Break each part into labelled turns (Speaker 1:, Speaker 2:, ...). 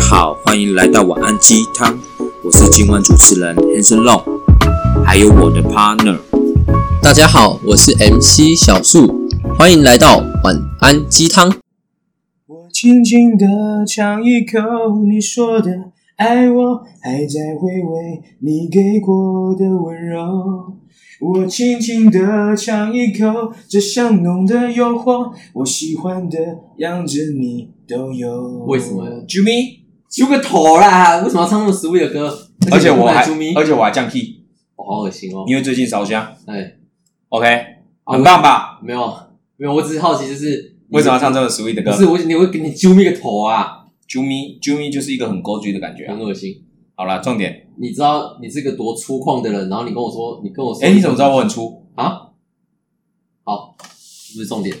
Speaker 1: 好，欢迎来到晚安鸡汤，我是今晚主持人 Hanson Long，还有我的 partner。
Speaker 2: 大家好，我是 MC 小树，欢迎来到晚安鸡汤。
Speaker 3: 我轻轻地尝一口你说的爱我，还在回味你给过的温柔。我轻轻地尝一口这香浓的诱惑，我喜欢的样子你都有。
Speaker 4: 为什 么？Jimmy，揪个头啦！为什么要唱那么 sweet 的歌？
Speaker 3: 而且我还
Speaker 4: ，Jimmy，
Speaker 3: 而且我还降 key，
Speaker 4: 我好恶心哦！
Speaker 3: 因为最近烧香
Speaker 4: 哎，
Speaker 3: ，OK，很棒吧？
Speaker 4: 没有没有，我只是好奇，就是
Speaker 3: 为什么要唱这么 sweet 的
Speaker 4: 不
Speaker 3: 歌
Speaker 4: 是我，你会给你揪咪个头啊，
Speaker 3: ？Jumi Jumi 就是一个很勾 G 的感觉啊
Speaker 4: 很。恶心。
Speaker 3: 好啦，重点，
Speaker 4: 你知道你是个多粗犷的人，然后你跟我说，你跟我说，
Speaker 3: 哎，你怎么知道我很粗？
Speaker 4: 啊？好，不是重点。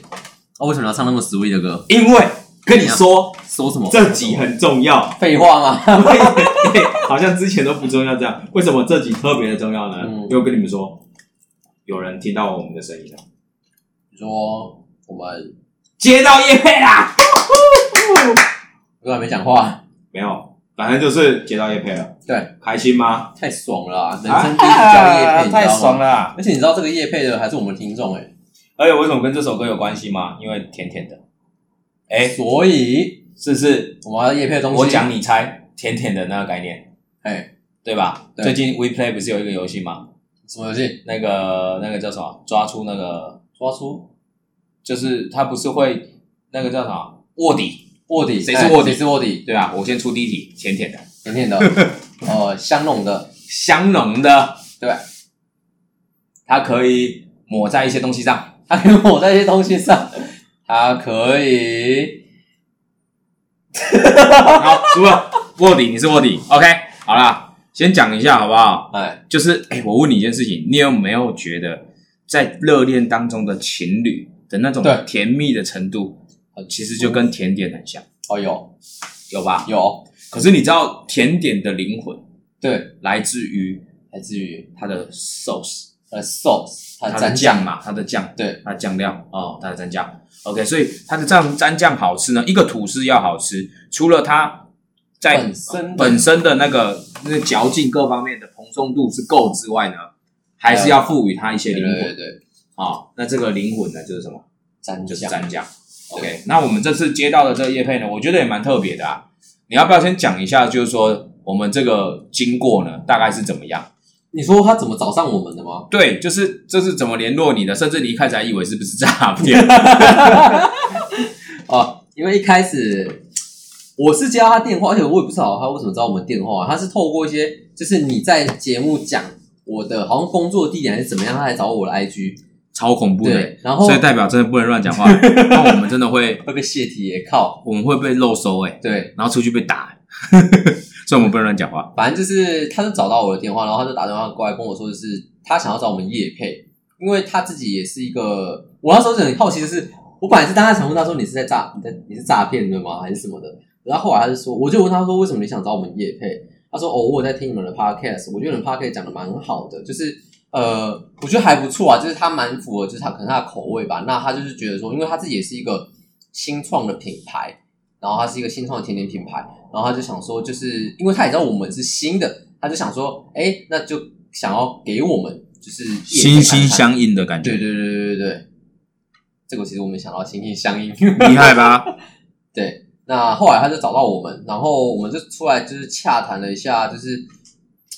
Speaker 4: 啊，为什么要唱那么 sweet 的歌？
Speaker 3: 因为跟你说，
Speaker 4: 说什么？
Speaker 3: 这集很重 要。
Speaker 4: 废话吗？
Speaker 3: 嘿哎好像之前都不重要这样，为什么这集特别的重要呢？
Speaker 4: 嗯
Speaker 3: 因为我跟你们说，有人听到我们的声音了，
Speaker 4: 你说我们
Speaker 3: 接到叶配啦，
Speaker 4: 我还没讲话，
Speaker 3: 没有，反正就是接到叶配了，
Speaker 4: 对，
Speaker 3: 开心吗？
Speaker 4: 太爽了啊，人生第一次交夜配，你知道吗
Speaker 3: 太爽了啊！
Speaker 4: 而且你知道这个叶配的还是我们听众哎、
Speaker 3: 而且为什么跟这首歌有关系吗？因为甜甜的，哎、
Speaker 4: 所以
Speaker 3: 是不是？
Speaker 4: 我们要叶配的东西，
Speaker 3: 我讲你猜，甜甜的那个概念，
Speaker 4: 哎、
Speaker 3: 对吧？
Speaker 4: 对
Speaker 3: 最近 WePlay 不是有一个游戏吗？
Speaker 4: 什么游戏？
Speaker 3: 那个那个叫什么？抓出那个，
Speaker 4: 抓出
Speaker 3: 就是他不是会那个叫什么卧底？
Speaker 4: 卧底，
Speaker 3: 谁是卧底
Speaker 4: 哎谁是卧底？
Speaker 3: 对啊，我先出第一题，甜甜的。
Speaker 4: 甜甜 的，呃，香浓的，
Speaker 3: 香浓的，
Speaker 4: 对，
Speaker 3: 它可以抹在一些东 西上，
Speaker 4: 它可以抹在一些东西上，它可以
Speaker 3: 好，输了。卧底，你是卧底，OK，好啦，先讲一下好不好？
Speaker 4: 哎，
Speaker 3: 就是，哎、我问你一件事情，你有没有觉得在热恋当中的情侣的那种
Speaker 4: 对
Speaker 3: 甜蜜的程度，呃其实就跟甜点很像，
Speaker 4: 哦有
Speaker 3: 有吧？
Speaker 4: 有，
Speaker 3: 可是你知道甜点的灵魂
Speaker 4: 对，
Speaker 3: 来自于
Speaker 4: 来自于
Speaker 3: 它的 sauce，
Speaker 4: 它的呃 sauce，它
Speaker 3: 它
Speaker 4: 的
Speaker 3: 的
Speaker 4: 蘸
Speaker 3: 酱
Speaker 4: 酱，
Speaker 3: 嘛，它的酱，
Speaker 4: 对，
Speaker 3: 它的酱料哦，它的蘸酱。OK，所以它的蘸蘸酱好吃呢，一个吐司要好吃，除了它在
Speaker 4: 本身的
Speaker 3: 本身的那个那个嚼劲各方面的蓬松度是够之外呢，还是要赋予它一些
Speaker 4: 对
Speaker 3: 灵
Speaker 4: 对对
Speaker 3: 魂
Speaker 4: 对，
Speaker 3: 啊。那这个灵魂呢，就是什么？
Speaker 4: 蘸
Speaker 3: 就是
Speaker 4: 酱，
Speaker 3: 蘸酱。
Speaker 4: 对
Speaker 3: OK，那我们这次接到的这个叶配呢，我觉得也蛮特别的啊。你要不要先讲一下，就是说我们这个经过呢，大概是怎么样？
Speaker 4: 你说他怎么找上我们的吗？
Speaker 3: 对，就是这是怎么联络你的，甚至你一开始还以为是不是诈骗。
Speaker 4: 哦，因为一开始我是接到他电话，而且我也不知道他为什么知道我们电话、他是透过一些就是你在节目讲我的好像工作地点还是怎么样，他来找我的 IG，
Speaker 3: 超恐怖的，
Speaker 4: 对，然后
Speaker 3: 所以代表真的不能乱讲 话，那我们真的会，
Speaker 4: 会被泄题也靠，
Speaker 3: 我们会被漏收哎、
Speaker 4: 对，
Speaker 3: 然后出去被打、欸 所以我们不能乱讲话。
Speaker 4: 反正就是他就找到我的电话，然后他就打电话过来跟我说，就是他想要找我们叶配，因为他自己也是一个，我那时候就很好奇，就是我本来是当时想问他说你是在诈你在你是诈骗的吗还是什么的，然后后来他就说，我就问他说为什么你想找我们叶配，他说：“哦，我有在听你们的 podcast，我觉得你们 podcast 讲的蛮好的，就是呃，我觉得还不错啊，就是他蛮符合，就是他可能他的口味吧。那他就是觉得说，因为他自己也是一个新创的品牌，然后他是一个新创的甜点品牌，然后他就想说，就是因为他也知道我们是新的，他就想说，哎，那就想要给我们就是业配
Speaker 3: 心
Speaker 4: 看看
Speaker 3: 心，相印的感
Speaker 4: 对
Speaker 3: 觉，
Speaker 4: 对对对对对，这个其实我没想到心心相印，
Speaker 3: 厉害 吧？
Speaker 4: 对，那后来他就找到我们，然后我们就出来就是洽谈了一下，就是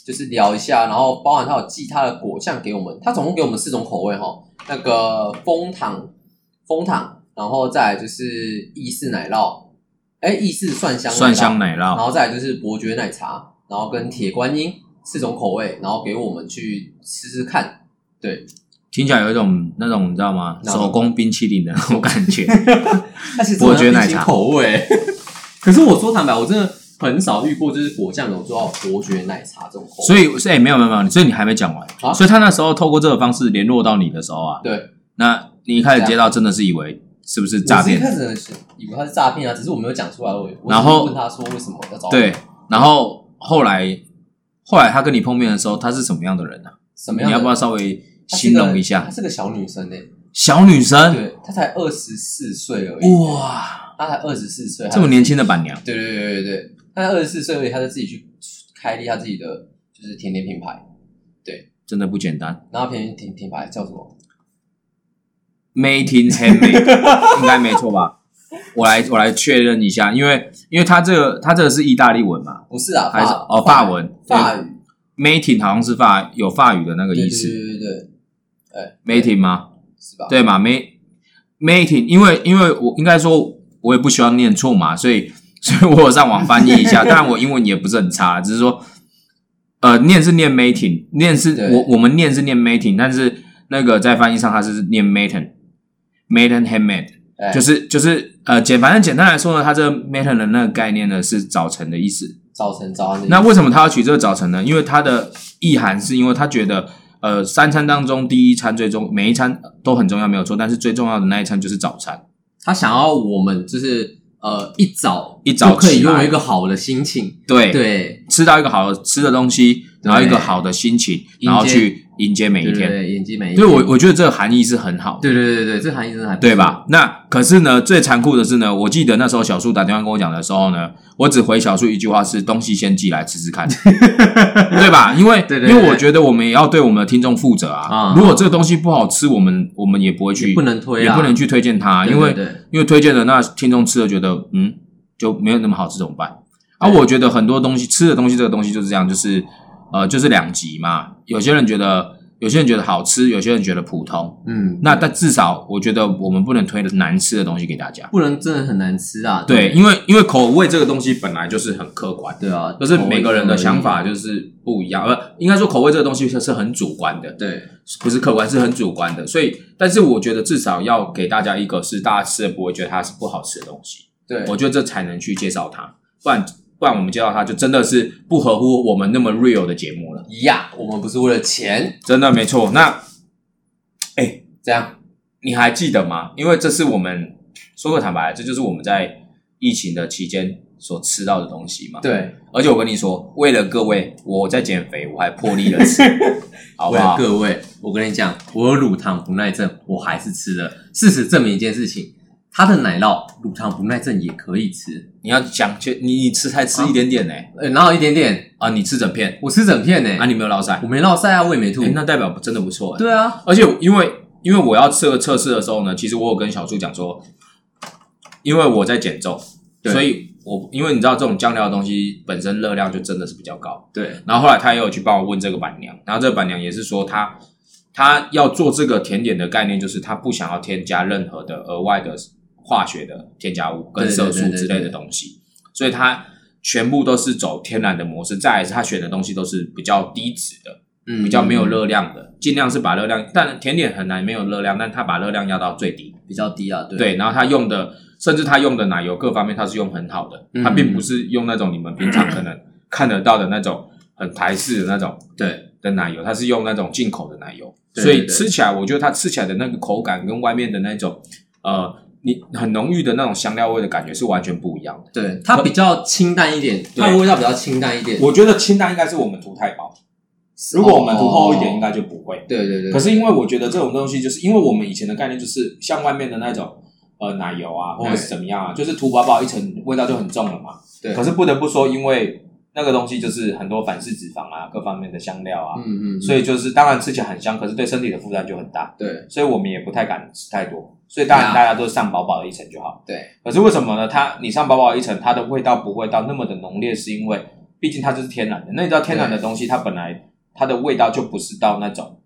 Speaker 4: 就是聊一下，然后包含他有寄他的果酱给我们，他总共给我们四种口味哈，那个枫糖枫糖，然后再来就是意式奶酪，哎，意式蒜香奶酪
Speaker 3: 蒜香奶
Speaker 4: 然
Speaker 3: 酪，
Speaker 4: 后再来就是伯爵奶茶，然后跟铁观音四种口味，然后给我们去吃吃看，对，
Speaker 3: 听起来有一种那种你知道吗？
Speaker 4: 哪种
Speaker 3: 手工冰淇淋的那种感觉。
Speaker 4: 但其实
Speaker 3: 伯爵奶茶
Speaker 4: 口味。 可是我说坦白，我真的很少遇过，就是果酱有做到伯爵奶茶这种口味。
Speaker 3: 所以，所以、哎没有没有没有，所以你还没讲完。
Speaker 4: 啊
Speaker 3: 所以他那时候透过这个方式联络到你的时候啊，
Speaker 4: 对，
Speaker 3: 那你一开始接到真的是以为是不是诈
Speaker 4: 我是一
Speaker 3: 骗？
Speaker 4: 开始很以为他是诈骗啊，只是我没有讲出来而已。我只是
Speaker 3: 然后
Speaker 4: 问他说为什么要找我
Speaker 3: 对，然后后来后来他跟你碰面的时候，他是什么样的人呢、
Speaker 4: 什么
Speaker 3: 你
Speaker 4: 样的？
Speaker 3: 要不要稍微
Speaker 4: 她是
Speaker 3: 形
Speaker 4: 个
Speaker 3: 容一
Speaker 4: 她
Speaker 3: 下？
Speaker 4: 是个小女生诶、
Speaker 3: 小女生，
Speaker 4: 对，她才二十四岁而已，
Speaker 3: 哇，
Speaker 4: 她才二十四岁，
Speaker 3: 这么年轻的板娘，
Speaker 4: 对对对对对，他在二十四岁而已，他就自己去开立他自己的就是甜点品牌，
Speaker 3: 真的不简单。
Speaker 4: 然后甜甜品牌叫什么？
Speaker 3: Made in handmade，应该没错吧？我来我来确认一下，因为因为它这个它这个是意大利文嘛，
Speaker 4: 不是啊，
Speaker 3: 还是
Speaker 4: 法
Speaker 3: 哦法文
Speaker 4: 法语
Speaker 3: Made in 好像是法有法语的那个
Speaker 4: 对
Speaker 3: 意
Speaker 4: 对
Speaker 3: 思
Speaker 4: 对对对，哎，
Speaker 3: ，Made in 吗？
Speaker 4: 是吧？
Speaker 3: 对嘛？Made Made in，因为因为我应该说我也不希望念错嘛，所以 所以我有上网翻译一 下，当然我英文也不是很差，只是说呃念是念 Made in，念是
Speaker 4: 对
Speaker 3: 我我们念是念 Made in，但是那个在翻译上它是念 Made in，Made in handmade。
Speaker 4: 哎，
Speaker 3: 就是就是呃简反正简单来说呢，它这个 meta 的那个概念呢是早晨的意思。
Speaker 4: 早晨早安的意思。
Speaker 3: 那为什么他要取这个早晨呢？因为它的意涵是因为他觉得呃三餐当中第一餐最重，每一餐都很重要没有错，但是最重要的那一餐就是早餐。
Speaker 4: 他想要我们就是呃一早
Speaker 3: 一早
Speaker 4: 就可以
Speaker 3: 起来
Speaker 4: 拥有一个好的心情，
Speaker 3: 对，
Speaker 4: 对，
Speaker 3: 吃到一个好的吃的东西，然后一个好的心情，然后去迎接每一
Speaker 4: 对对
Speaker 3: 天。
Speaker 4: 对，眼睛每一
Speaker 3: 对
Speaker 4: 天
Speaker 3: 我我觉得这个含义是很好的。
Speaker 4: 对对对对对，这含义真的还不错
Speaker 3: 对吧？？那可是呢，最残酷的是呢，我记得那时候小树打电话跟我讲的时候呢，我只回小树一句话是：东西先寄来吃吃看， 对吧？因为
Speaker 4: 对对对
Speaker 3: 因为我觉得我们也要对我们的听众负责啊。
Speaker 4: 啊
Speaker 3: 如果这个东西不好吃，我们我们也不会去，
Speaker 4: 也不能推
Speaker 3: 也
Speaker 4: 啊，
Speaker 3: 不能去推荐它，
Speaker 4: 对，
Speaker 3: 因为
Speaker 4: 对对
Speaker 3: 因为推荐的那听众吃了觉得嗯就没有那么好吃，怎么办？啊，
Speaker 4: 对
Speaker 3: 我觉得很多东西吃的东西，这个东西就是这样，就是呃就是两极嘛。有些人觉得有些人觉得好吃，有些人觉得普通。
Speaker 4: 嗯，
Speaker 3: 那但至少我觉得我们不能推难吃的东西给大家。
Speaker 4: 不能真的很难吃啊，
Speaker 3: 对，因为因为口味这个东西本来就是很客观，
Speaker 4: 对啊，
Speaker 3: 就是每个人的想法就是不一样，呃，应该说口味这个东西是很主观的，
Speaker 4: 对
Speaker 3: 不是客观，是很主观的。所以，但是我觉得至少要给大家一个是大家吃了不会觉得它是不好吃的东西，
Speaker 4: 对，
Speaker 3: 我觉得这才能去介绍它，不然不然我们介绍它就真的是不合乎我们那么 real 的节目了，
Speaker 4: 一样，我们不是为了钱
Speaker 3: 真的没错。那
Speaker 4: 这样，
Speaker 3: 你还记得吗？因为这是我们说个坦白，这就是我们在疫情的期间所吃到的东西嘛。，
Speaker 4: 对，
Speaker 3: 而且我跟你说，为了各位，我在减肥，我还破例了 吃，好不
Speaker 4: 为了
Speaker 3: 好？
Speaker 4: 各位，我跟你讲，我有乳糖不耐症，我还是吃了。事实证明一件事情，他的奶酪乳糖不耐症也可以吃，
Speaker 3: 你要讲究，你你吃才吃一点点呢、
Speaker 4: 呃，哪有一点点？
Speaker 3: 啊你吃整片，
Speaker 4: 我吃整片呢、
Speaker 3: 啊，你没有落腮，
Speaker 4: 我没落腮啊，我也没吐。
Speaker 3: 哎诶那代表真的不错、欸。，
Speaker 4: 对啊，
Speaker 3: 而且因为因为我要测测试的时候呢，其实我有跟小树讲说，因为我在减重，
Speaker 4: 对
Speaker 3: 所以我因为你知道这种酱料的东西本身热量就真的是比较高。
Speaker 4: 对
Speaker 3: 然后后来他也有去帮我问这个板娘，然后这个板娘也是说她她要做这个甜点的概念，就是她不想要添加任何的额外的化学的添加物跟
Speaker 4: 对对
Speaker 3: 色素
Speaker 4: 对对
Speaker 3: 之类的
Speaker 4: 对
Speaker 3: 东西，所以她全部都是走天然的模式。再来是她选的东西都是比较低脂的，
Speaker 4: 嗯，
Speaker 3: 比较没有
Speaker 4: 嗯，
Speaker 3: 热量的，尽量是把热量，但甜点很难没有热量，但她把热量压到最低。
Speaker 4: 比较低啊，对
Speaker 3: 对，然后他用的，甚至他用的奶油各方面，他是用很好的，
Speaker 4: 嗯
Speaker 3: 他并不是用那种你们平常可能看得到的那种很台式的那种
Speaker 4: 对
Speaker 3: 的奶油，他是用那种进口的奶油，
Speaker 4: 对
Speaker 3: 所以
Speaker 4: 对对
Speaker 3: 吃起来，我觉得它吃起来的那个口感跟外面的那种呃，你很浓郁的那种香料味的感觉是完全不一样的。
Speaker 4: 对，它比较清淡一点，它的味道比较清淡一点。
Speaker 3: 我觉得清淡应该是我们涂太薄，如果我们涂厚一
Speaker 4: 哦
Speaker 3: 点，应该就不会。
Speaker 4: 对对对，
Speaker 3: 可是因为我觉得这种东西，就是因为我们以前的概念就是像外面的那种呃奶油啊，或者是怎么样啊，就是涂薄薄一层，味道就很重了嘛。
Speaker 4: 对
Speaker 3: 可是不得不说，因为那个东西就是很多反式脂肪啊，各方面的香料啊，
Speaker 4: 嗯嗯，
Speaker 3: 所
Speaker 4: 以
Speaker 3: 以就是当然吃起来很香，可是对身体的负担就很大，
Speaker 4: 对
Speaker 3: 所以我们也不太敢吃太多。所以当
Speaker 4: 对
Speaker 3: 然
Speaker 4: 啊
Speaker 3: 大家都上薄薄的一层就好。
Speaker 4: 对
Speaker 3: 可是为什么呢？它你上薄薄的一层，它的味道不会到那么的浓烈，是因为毕竟它就是天然的。那你知道天然的东西，它本来它的味道就不是到那种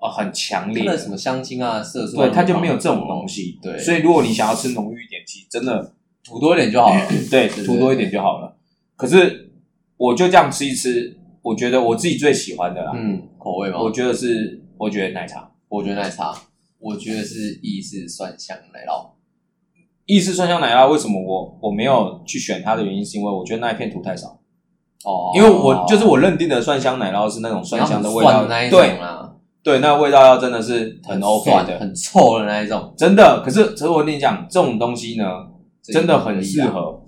Speaker 3: 呃很强烈
Speaker 4: 它的什么香精啊、色素啊，
Speaker 3: 对，它就没有这种东
Speaker 4: 西，
Speaker 3: 西。
Speaker 4: 对
Speaker 3: 所以如果你想要吃浓郁一点，其实真的
Speaker 4: 涂多一点就好 了。
Speaker 3: 对
Speaker 4: 对
Speaker 3: 涂多一点就好了。可是我就这样吃一吃，我觉得我自己最喜欢的啦，
Speaker 4: 嗯，口味嘛，
Speaker 3: 我觉得是我觉得奶茶
Speaker 4: 我觉得奶茶，我觉得是意式蒜香奶酪。
Speaker 3: 意式蒜香奶酪。为什么我我没有去选它的原因，是因为我觉得那一片涂太少，
Speaker 4: 哦，
Speaker 3: 因为我就是我认定的蒜香奶酪是那种蒜香的味
Speaker 4: 然后很酸的
Speaker 3: 道，
Speaker 4: 那一
Speaker 3: 对
Speaker 4: 种啦，
Speaker 3: 对，那味道要真的是很 OK
Speaker 4: 酸
Speaker 3: 的，
Speaker 4: 很臭的那一种，
Speaker 3: 真的。可是可是我跟你讲，这种东西呢，真的很适
Speaker 4: 这个可以啊。
Speaker 3: 合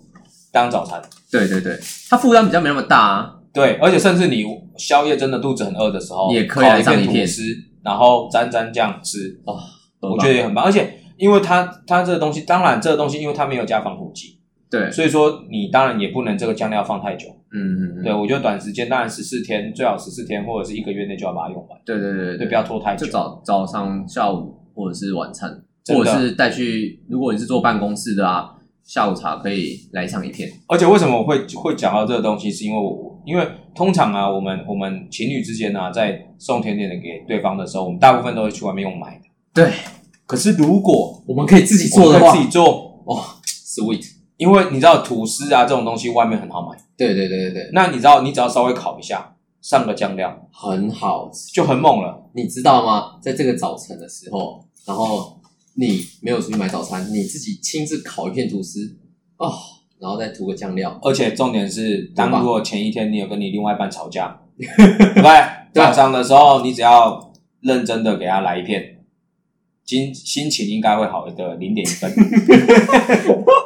Speaker 3: 当早餐。
Speaker 4: 对对对，它负担比较没那么大啊。
Speaker 3: 对，而且甚至你宵夜真的肚子很饿的时候，
Speaker 4: 也可以
Speaker 3: 烤
Speaker 4: 来
Speaker 3: 一
Speaker 4: 上
Speaker 3: 片
Speaker 4: 一
Speaker 3: 吐
Speaker 4: 片
Speaker 3: 司，然后沾沾酱吃，
Speaker 4: 哦，
Speaker 3: 我觉得也很棒。而且因为它它这个东西，当然这个东西因为它没有加防腐剂，
Speaker 1: 对，
Speaker 3: 所以说你当然也不能这个酱料放太久。
Speaker 1: 嗯嗯，嗯
Speaker 3: 对，我啊觉得短时间当然十四天，最好十四天或者是一个月内就要把它用完，
Speaker 1: 对对对对
Speaker 3: 对，不要拖太久
Speaker 2: 就。早早上、下午或者是晚餐，
Speaker 3: 真
Speaker 2: 或
Speaker 3: 的
Speaker 2: 者是带去，如果你是做办公室的啊，下午茶可以来上一片。
Speaker 3: 而且为什么会会讲到这个东西，是因为我因为通常啊，我们我们情侣之间啊，在送甜点的给对方的时候，我们大部分都会去外面用买的。
Speaker 1: 对，
Speaker 3: 可是如果
Speaker 4: 我们可以自己做
Speaker 3: 我
Speaker 4: 的
Speaker 3: 们
Speaker 4: 话哦
Speaker 3: 自己做，
Speaker 4: ，sweet。
Speaker 3: 因为你知道吐司啊这种东西外面很好买，
Speaker 4: 对对对对对，
Speaker 3: 那你知道你只要稍微烤一下，上个酱料
Speaker 4: 很好吃。
Speaker 3: 就很猛了。
Speaker 4: 你知道吗？在这个早晨的时候，然后你没有出去买早餐，你自己亲自烤一片吐司哦，然后再涂个酱料，
Speaker 3: 而且重点是，当
Speaker 4: 对吧
Speaker 3: 如果前一天你有跟你另外一半吵 架，对不对？啊
Speaker 4: 对
Speaker 3: 早上的时候，你只要认真的给他来一片，心心情应该会好的零点一 分。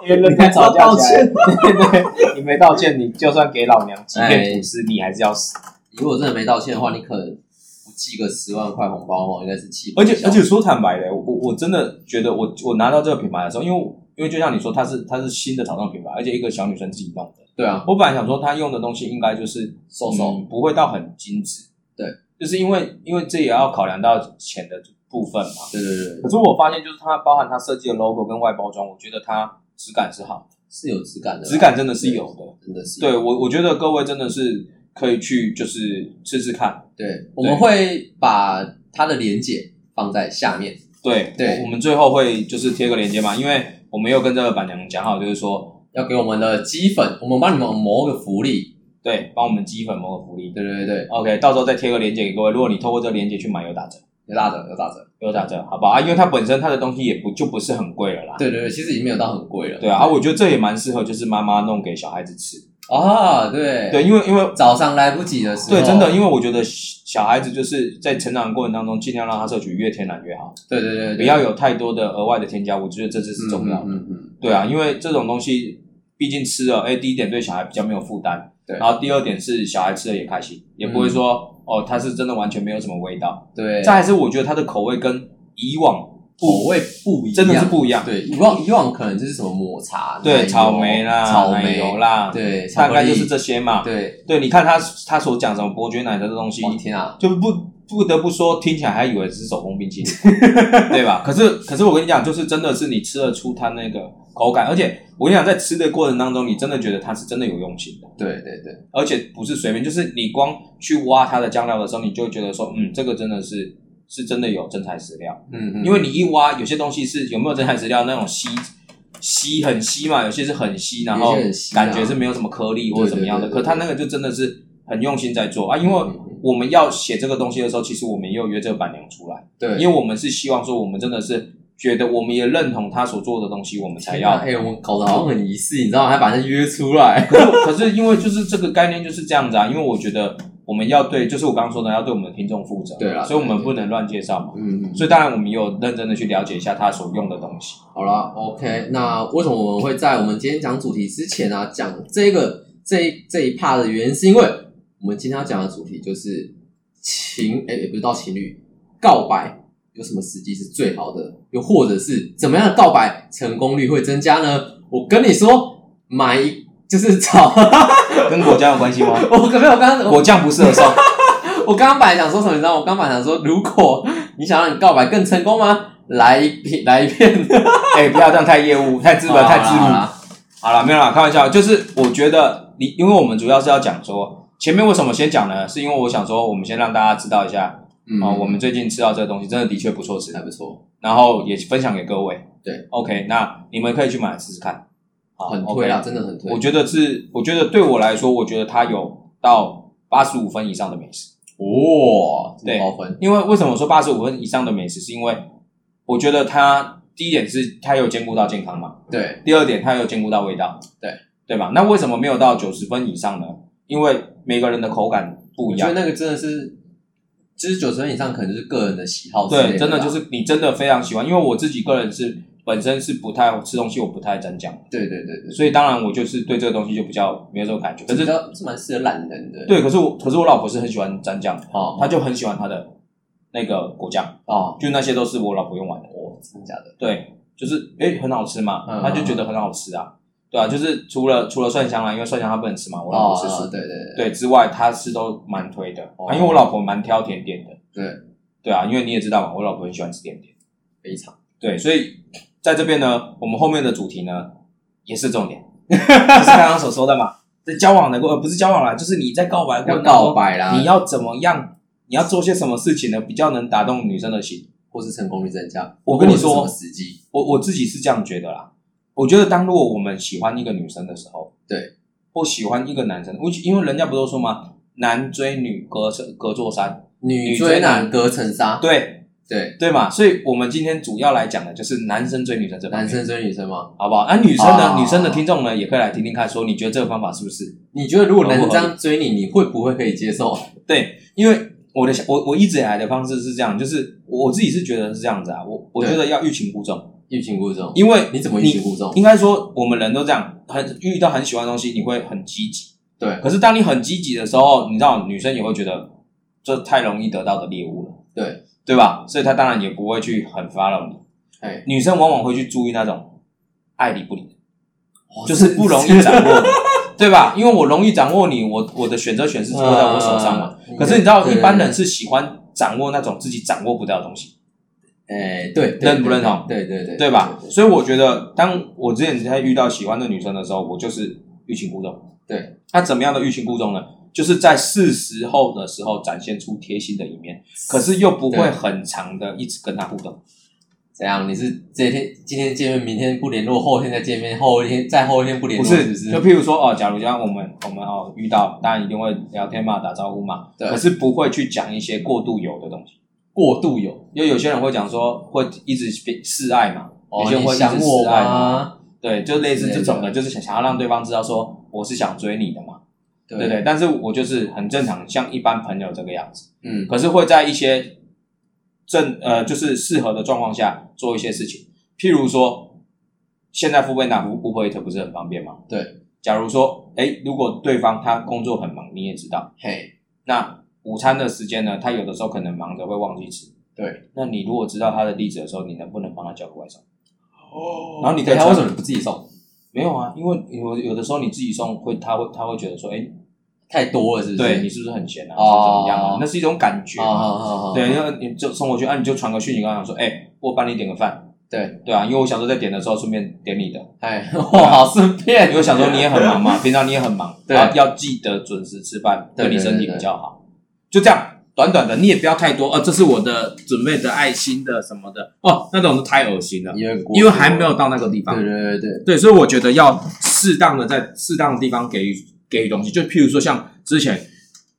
Speaker 3: 因为认真吵架起来， 对，你没道歉，你就算给老娘几片吐司，你还是要死。
Speaker 4: 如果真的没道歉的话，你可能不寄个十万块红包哦，应该是气不
Speaker 3: 而
Speaker 4: 消。
Speaker 3: 且而且说坦白的，我我我真的觉得我我拿到这个品牌的时候，因为我因为就像你说，它是它是新的潮尚品牌，而且一个小女生自己弄的。
Speaker 4: 对啊，
Speaker 3: 我本来想说他用的东西应该就是
Speaker 4: 收收
Speaker 3: 嗯不会到很精致。
Speaker 4: 对，
Speaker 3: 就是因为因为这也要考量到钱的部分嘛。
Speaker 4: 对对对对，
Speaker 3: 可是我发现，就是它包含它设计的 logo 跟外包装，我觉得它质感是好，
Speaker 4: 是有质感的啦，
Speaker 3: 质感真的是有的。
Speaker 4: 真的是有
Speaker 3: 对我，我觉得各位真的是可以去就是试试看。
Speaker 4: 对，我们会把它的连接放在下面。
Speaker 3: 对
Speaker 4: 对
Speaker 3: 我我们最后会就是贴个链接嘛，因为我们又跟这个板娘讲好，就是说
Speaker 4: 要给我们的鸡粉，我们帮你们谋个福利。
Speaker 3: 对，帮我们积粉某个福利。
Speaker 4: 对对对对，
Speaker 3: OK，到时候再贴个链接给各位，如果你透过这个链接去买有打折。
Speaker 4: 有打折，有打折。
Speaker 3: 有打折，好吧？啊，因为它本身它的东西也不就不是很贵了啦。
Speaker 4: 对对对，其实已经没有到很贵了。
Speaker 3: 对啊，啊，我觉得这也蛮适合，就是妈妈弄给小孩子吃。
Speaker 4: 啊，对
Speaker 3: 对，因为因为
Speaker 4: 早上来不及的时候，
Speaker 3: 对，真的，因为我觉得小孩子就是在成长的过程当中，尽量让他摄取越天然越好，
Speaker 4: 对对对，对
Speaker 3: 不要有太多的额外的添加物，我觉得这就是重要的。
Speaker 4: 嗯嗯嗯，
Speaker 3: 对啊，因为这种东西毕竟吃了，哎，第一点对小孩比较没有负担，
Speaker 4: 对嗯
Speaker 3: 然后第二点是小孩吃了也开心，也不会说、哦，它是真的完全没有什么味道。
Speaker 4: 对，哦
Speaker 3: 再还是我觉得它的口味跟以往
Speaker 4: 口味不一样，
Speaker 3: 真的是不一样。
Speaker 4: 对，以往以往可能就是什么抹茶，奶
Speaker 3: 对，
Speaker 4: 油
Speaker 3: 草莓啦，
Speaker 4: 哎草
Speaker 3: 奶
Speaker 4: 莓
Speaker 3: 油，啦，，
Speaker 4: 对，巧
Speaker 3: 大
Speaker 4: 克
Speaker 3: 概
Speaker 4: 力
Speaker 3: 就是这，些嘛。
Speaker 4: 对，
Speaker 3: 对，你看他他所讲什么伯爵奶的这东西，
Speaker 4: 哇天啊，
Speaker 3: 就不不得不说，听起来还以为是手工冰淇 淋，对吧？可是可是我跟你讲，就是真的是你吃得出它那个口感，而且我跟你讲，在吃的过程当中，你真的觉得它是真的有用心的，
Speaker 4: 对对对，
Speaker 3: 而且不是随便，就是你光去挖它的酱料的时候，你就会觉得说，嗯，这个真的是是真的有真材实料。
Speaker 4: 嗯嗯，
Speaker 3: 因为你一挖，有些东西是有没有真材实料那种稀稀很稀嘛，有些是很稀，然后
Speaker 4: 有些很稀啊
Speaker 3: 感觉是没有什么颗粒或者怎么样的。
Speaker 4: 对对对对
Speaker 3: 可他那个就真的是很用心在做啊，因为
Speaker 4: 嗯嗯嗯
Speaker 3: 我们要写这个东西的时候，其实我们也有约这个板娘出来，
Speaker 4: 对，
Speaker 3: 因为我们是希望说，我们真的是觉得我们也认同他所做的东西，我们才
Speaker 4: 天啊哎，
Speaker 3: 要。
Speaker 4: 我们搞得好像很仪式，你知道吗？还把人约出来，
Speaker 3: 可是可是因为就是这个概念就是这样子啊，因为我觉得我们要对，就是我刚刚说的，要对我们的听众负责，
Speaker 4: 对啦
Speaker 3: 所以我们
Speaker 4: 对对啊
Speaker 3: 不能乱介绍嘛。
Speaker 4: 嗯嗯，
Speaker 3: 所以当然我们也有认真的去了解一下他所用的东西。
Speaker 4: 好啦 o k 那为什么我们会在我们今天讲主题之前啊，讲这个这一这一 part 的原因，是因为我们今天要讲的主题就是情，哎、也不是到情侣告白有什么时机是最好的，又或者是怎么样的告白成功率会增加呢？我跟你说，买一就是找，
Speaker 3: 跟果酱有关系吗？
Speaker 4: 我可没有我刚刚我
Speaker 3: 果酱不适 合送，
Speaker 4: 我刚刚本来想说什么，你知道吗？我刚刚本来想说，如果你想让你告白更成功吗？来一片， 来一片，
Speaker 3: 哎、不要这样太业务、太资本、太自
Speaker 4: 好
Speaker 3: 律。
Speaker 4: 啦
Speaker 3: 好了，没有啦，开玩笑，就是我觉得你，因为我们主要是要讲说，前面为什么先讲呢？是因为我想说，我们先让大家知道一下啊、
Speaker 4: 嗯，
Speaker 3: 我们最近吃到这个东西真的的确不错吃
Speaker 4: 还，不错。
Speaker 3: 然后也分享给各位。
Speaker 4: 对
Speaker 3: ，OK，那你们可以去买试试看，好
Speaker 4: 很推啦
Speaker 3: OK
Speaker 4: 真的很推。
Speaker 3: 我觉得是，我觉得对我来说，我觉得它有到八十五分以上的美食。
Speaker 4: 哦，这么
Speaker 3: 对
Speaker 4: 高分，
Speaker 3: 因为为什么说八十五分以上的美食，是因为我觉得它第一点是它有兼顾到健康嘛，
Speaker 4: 对
Speaker 3: 第二点它有兼顾到味道，
Speaker 4: 对
Speaker 3: 对吧？那为什么没有到九十分以上呢？因为每个人的口感不
Speaker 4: 我
Speaker 3: 一
Speaker 4: 觉得
Speaker 3: 样，
Speaker 4: 那个真的是，就是九十分以上，可能就是个人的喜好之类
Speaker 3: 对，真
Speaker 4: 的
Speaker 3: 的
Speaker 4: 啦
Speaker 3: 就是你真的非常喜欢，因为我自己个人是本身是不太吃东西，我不太沾酱，
Speaker 4: 对对对对，
Speaker 3: 所以当然我就是对这个东西就比较没有这种感觉。可
Speaker 4: 可是
Speaker 3: 是
Speaker 4: 是蛮适合懒人的。，
Speaker 3: 对，可是我可是我老婆是很喜欢沾酱的，
Speaker 4: 哦
Speaker 3: 她就很喜欢她的那个果酱，
Speaker 4: 哦，
Speaker 3: 就那些都是我老婆用完的。
Speaker 4: 哦，真的假的？
Speaker 3: 对，就是哎、诶很好吃嘛，
Speaker 4: 嗯
Speaker 3: 他就觉得很好吃啊。对啊，就是除了除了蒜香啦，因为蒜香它不能吃嘛，我老婆吃素
Speaker 4: 哦，对对对
Speaker 3: 对之外，她吃都蛮推的、
Speaker 4: 哦
Speaker 3: 啊，因为我老婆蛮挑甜点的。
Speaker 4: 对
Speaker 3: 对啊，因为你也知道嘛，我老婆很喜欢吃甜点。
Speaker 4: 非常。
Speaker 3: 对，所以在这边呢，我们后面的主题呢也是重点，就是刚刚所说的嘛，在交往的过，呃，不是交往啦，就是你在告白的过
Speaker 4: 要
Speaker 3: 程当中
Speaker 4: 告白啦，
Speaker 3: 你要怎么样，你要做些什么事情呢，比较能打动女生的心？
Speaker 4: 或是成功率增加。
Speaker 3: 我跟你说
Speaker 4: 或者是什么时机？
Speaker 3: 我我自己是这样觉得啦。我觉得当如果我们喜欢一个女生的时候，
Speaker 4: 对，
Speaker 3: 或喜欢一个男生，我因为人家不都说嘛，男追女隔层隔座山，
Speaker 4: 女追男隔层纱，
Speaker 3: 对
Speaker 4: 对，
Speaker 3: 对嘛，所以我们今天主要来讲的就是男生追女生这方面，
Speaker 4: 男生追女生吗？
Speaker 3: 好不好？那、女生呢？
Speaker 4: 啊
Speaker 3: 女生的听众呢，也可以来听听看，说你觉得这个方法是不是
Speaker 4: 你觉得如果
Speaker 3: 合
Speaker 4: 能
Speaker 3: 不
Speaker 4: 这样追你，你会不会可以接受？
Speaker 3: 对？因为我的想我我一直以来的方式是这样，就是我我自己是觉得是这样子啊，我我觉得要欲擒故纵，
Speaker 4: 欲擒故纵，
Speaker 3: 因为
Speaker 4: 你怎么欲擒故纵？
Speaker 3: 应该说我们人都这样，很遇到很喜欢的东西，你会很积极。
Speaker 4: 对
Speaker 3: 可是当你很积极的时候，你知道女生也会觉得这太容易得到的猎物了，
Speaker 4: 对，
Speaker 3: 对吧？所以她当然也不会去很 follow 你。
Speaker 4: 哎，
Speaker 3: 女生往往会去注意那种爱理不理的
Speaker 4: 哇
Speaker 3: 哦就是不容易掌握的，对吧？因为我容易掌握你，我我的选择权是握在我手上嘛。
Speaker 4: 嗯
Speaker 3: 可是你知道，一般人
Speaker 4: 对
Speaker 3: 是喜欢掌握那种自己掌握不到的东西，
Speaker 4: 哎，对，对
Speaker 3: 认不认同？
Speaker 4: 对对对，
Speaker 3: 对吧？
Speaker 4: 对
Speaker 3: 所以我觉得，当我之前在遇到喜欢的女生的时候，我就是欲擒故纵。
Speaker 4: 对，
Speaker 3: 那怎么样的欲擒故纵呢？就是在是时候的时候展现出贴心的一面，可是又不会
Speaker 4: 对
Speaker 3: 很长的一直跟她互动。
Speaker 4: 怎样？你是这天今天见面，明天不联络，后天再见面，后天再后天不联
Speaker 3: 不
Speaker 4: 络，
Speaker 3: 是，
Speaker 4: 是不？
Speaker 3: 就是譬如说哦，假如像我们我们哦遇到，当然一定会聊天嘛，打招呼嘛，
Speaker 4: 对
Speaker 3: 可是不会去讲一些过度油的东西。
Speaker 4: 过度有，
Speaker 3: 因为有些人会讲说会一直示爱嘛，
Speaker 4: 哦
Speaker 3: 有些人
Speaker 4: 你
Speaker 3: 会一
Speaker 4: 想
Speaker 3: 直
Speaker 4: 我
Speaker 3: 示爱嘛，
Speaker 4: 吗？
Speaker 3: 对，就类似这种
Speaker 4: 之类
Speaker 3: 的，
Speaker 4: 的
Speaker 3: 就是想想要让对方知道说我是想追你的嘛，
Speaker 4: 对
Speaker 3: 对不对？，但是我就是很正常，像一般朋友这个样子，
Speaker 4: 嗯，
Speaker 3: 可是会在一些正呃就是适合的状况下做一些事情，譬如说现在付贝拿 Uber Eats 不是很方便吗？
Speaker 4: 对，
Speaker 3: 假如说哎，如果对方他工作很忙，你也知道，
Speaker 4: 嘿，
Speaker 3: 那午餐的时间呢，他有的时候可能忙着会忘记吃。
Speaker 4: 对，
Speaker 3: 那你如果知道他的地址的时候，你能不能帮他叫个外送？
Speaker 4: 哦
Speaker 3: 然后你
Speaker 4: 对
Speaker 3: 再
Speaker 4: 他
Speaker 3: 传
Speaker 4: 为什么你不自己送？
Speaker 3: 没有啊，因为有有的时候你自己送会，他会他会觉得说，哎、
Speaker 4: 太多了，是不是？
Speaker 3: 对你是不是很闲啊？
Speaker 4: 哦
Speaker 3: 是不是怎么样啊？那是一种感觉
Speaker 4: 哦，
Speaker 3: 嘛。
Speaker 4: 好好好，
Speaker 3: 对，然后你就送过去，啊，你就传个讯息跟他讲说，哎、我帮你点个饭。
Speaker 4: 对，
Speaker 3: 对啊，因为我想说在点的时候顺便点你的，
Speaker 4: 哎， 哇，好顺便，
Speaker 3: 因为我想说你也很 忙嘛，平常你也很忙，
Speaker 4: 对
Speaker 3: 然后要记得准时吃饭，
Speaker 4: 对
Speaker 3: 对你身
Speaker 4: 对
Speaker 3: 体
Speaker 4: 对对
Speaker 3: 比较好。就这样，短短的，你也不要太多。呃，这是我的准备的爱心的什么的哦，那种都太恶心了，
Speaker 4: 因为
Speaker 3: 因为还没有到那个地方
Speaker 4: 对。对对对，
Speaker 3: 对，所以我觉得要适当的在适当的地方给予给予东西，就譬如说像之前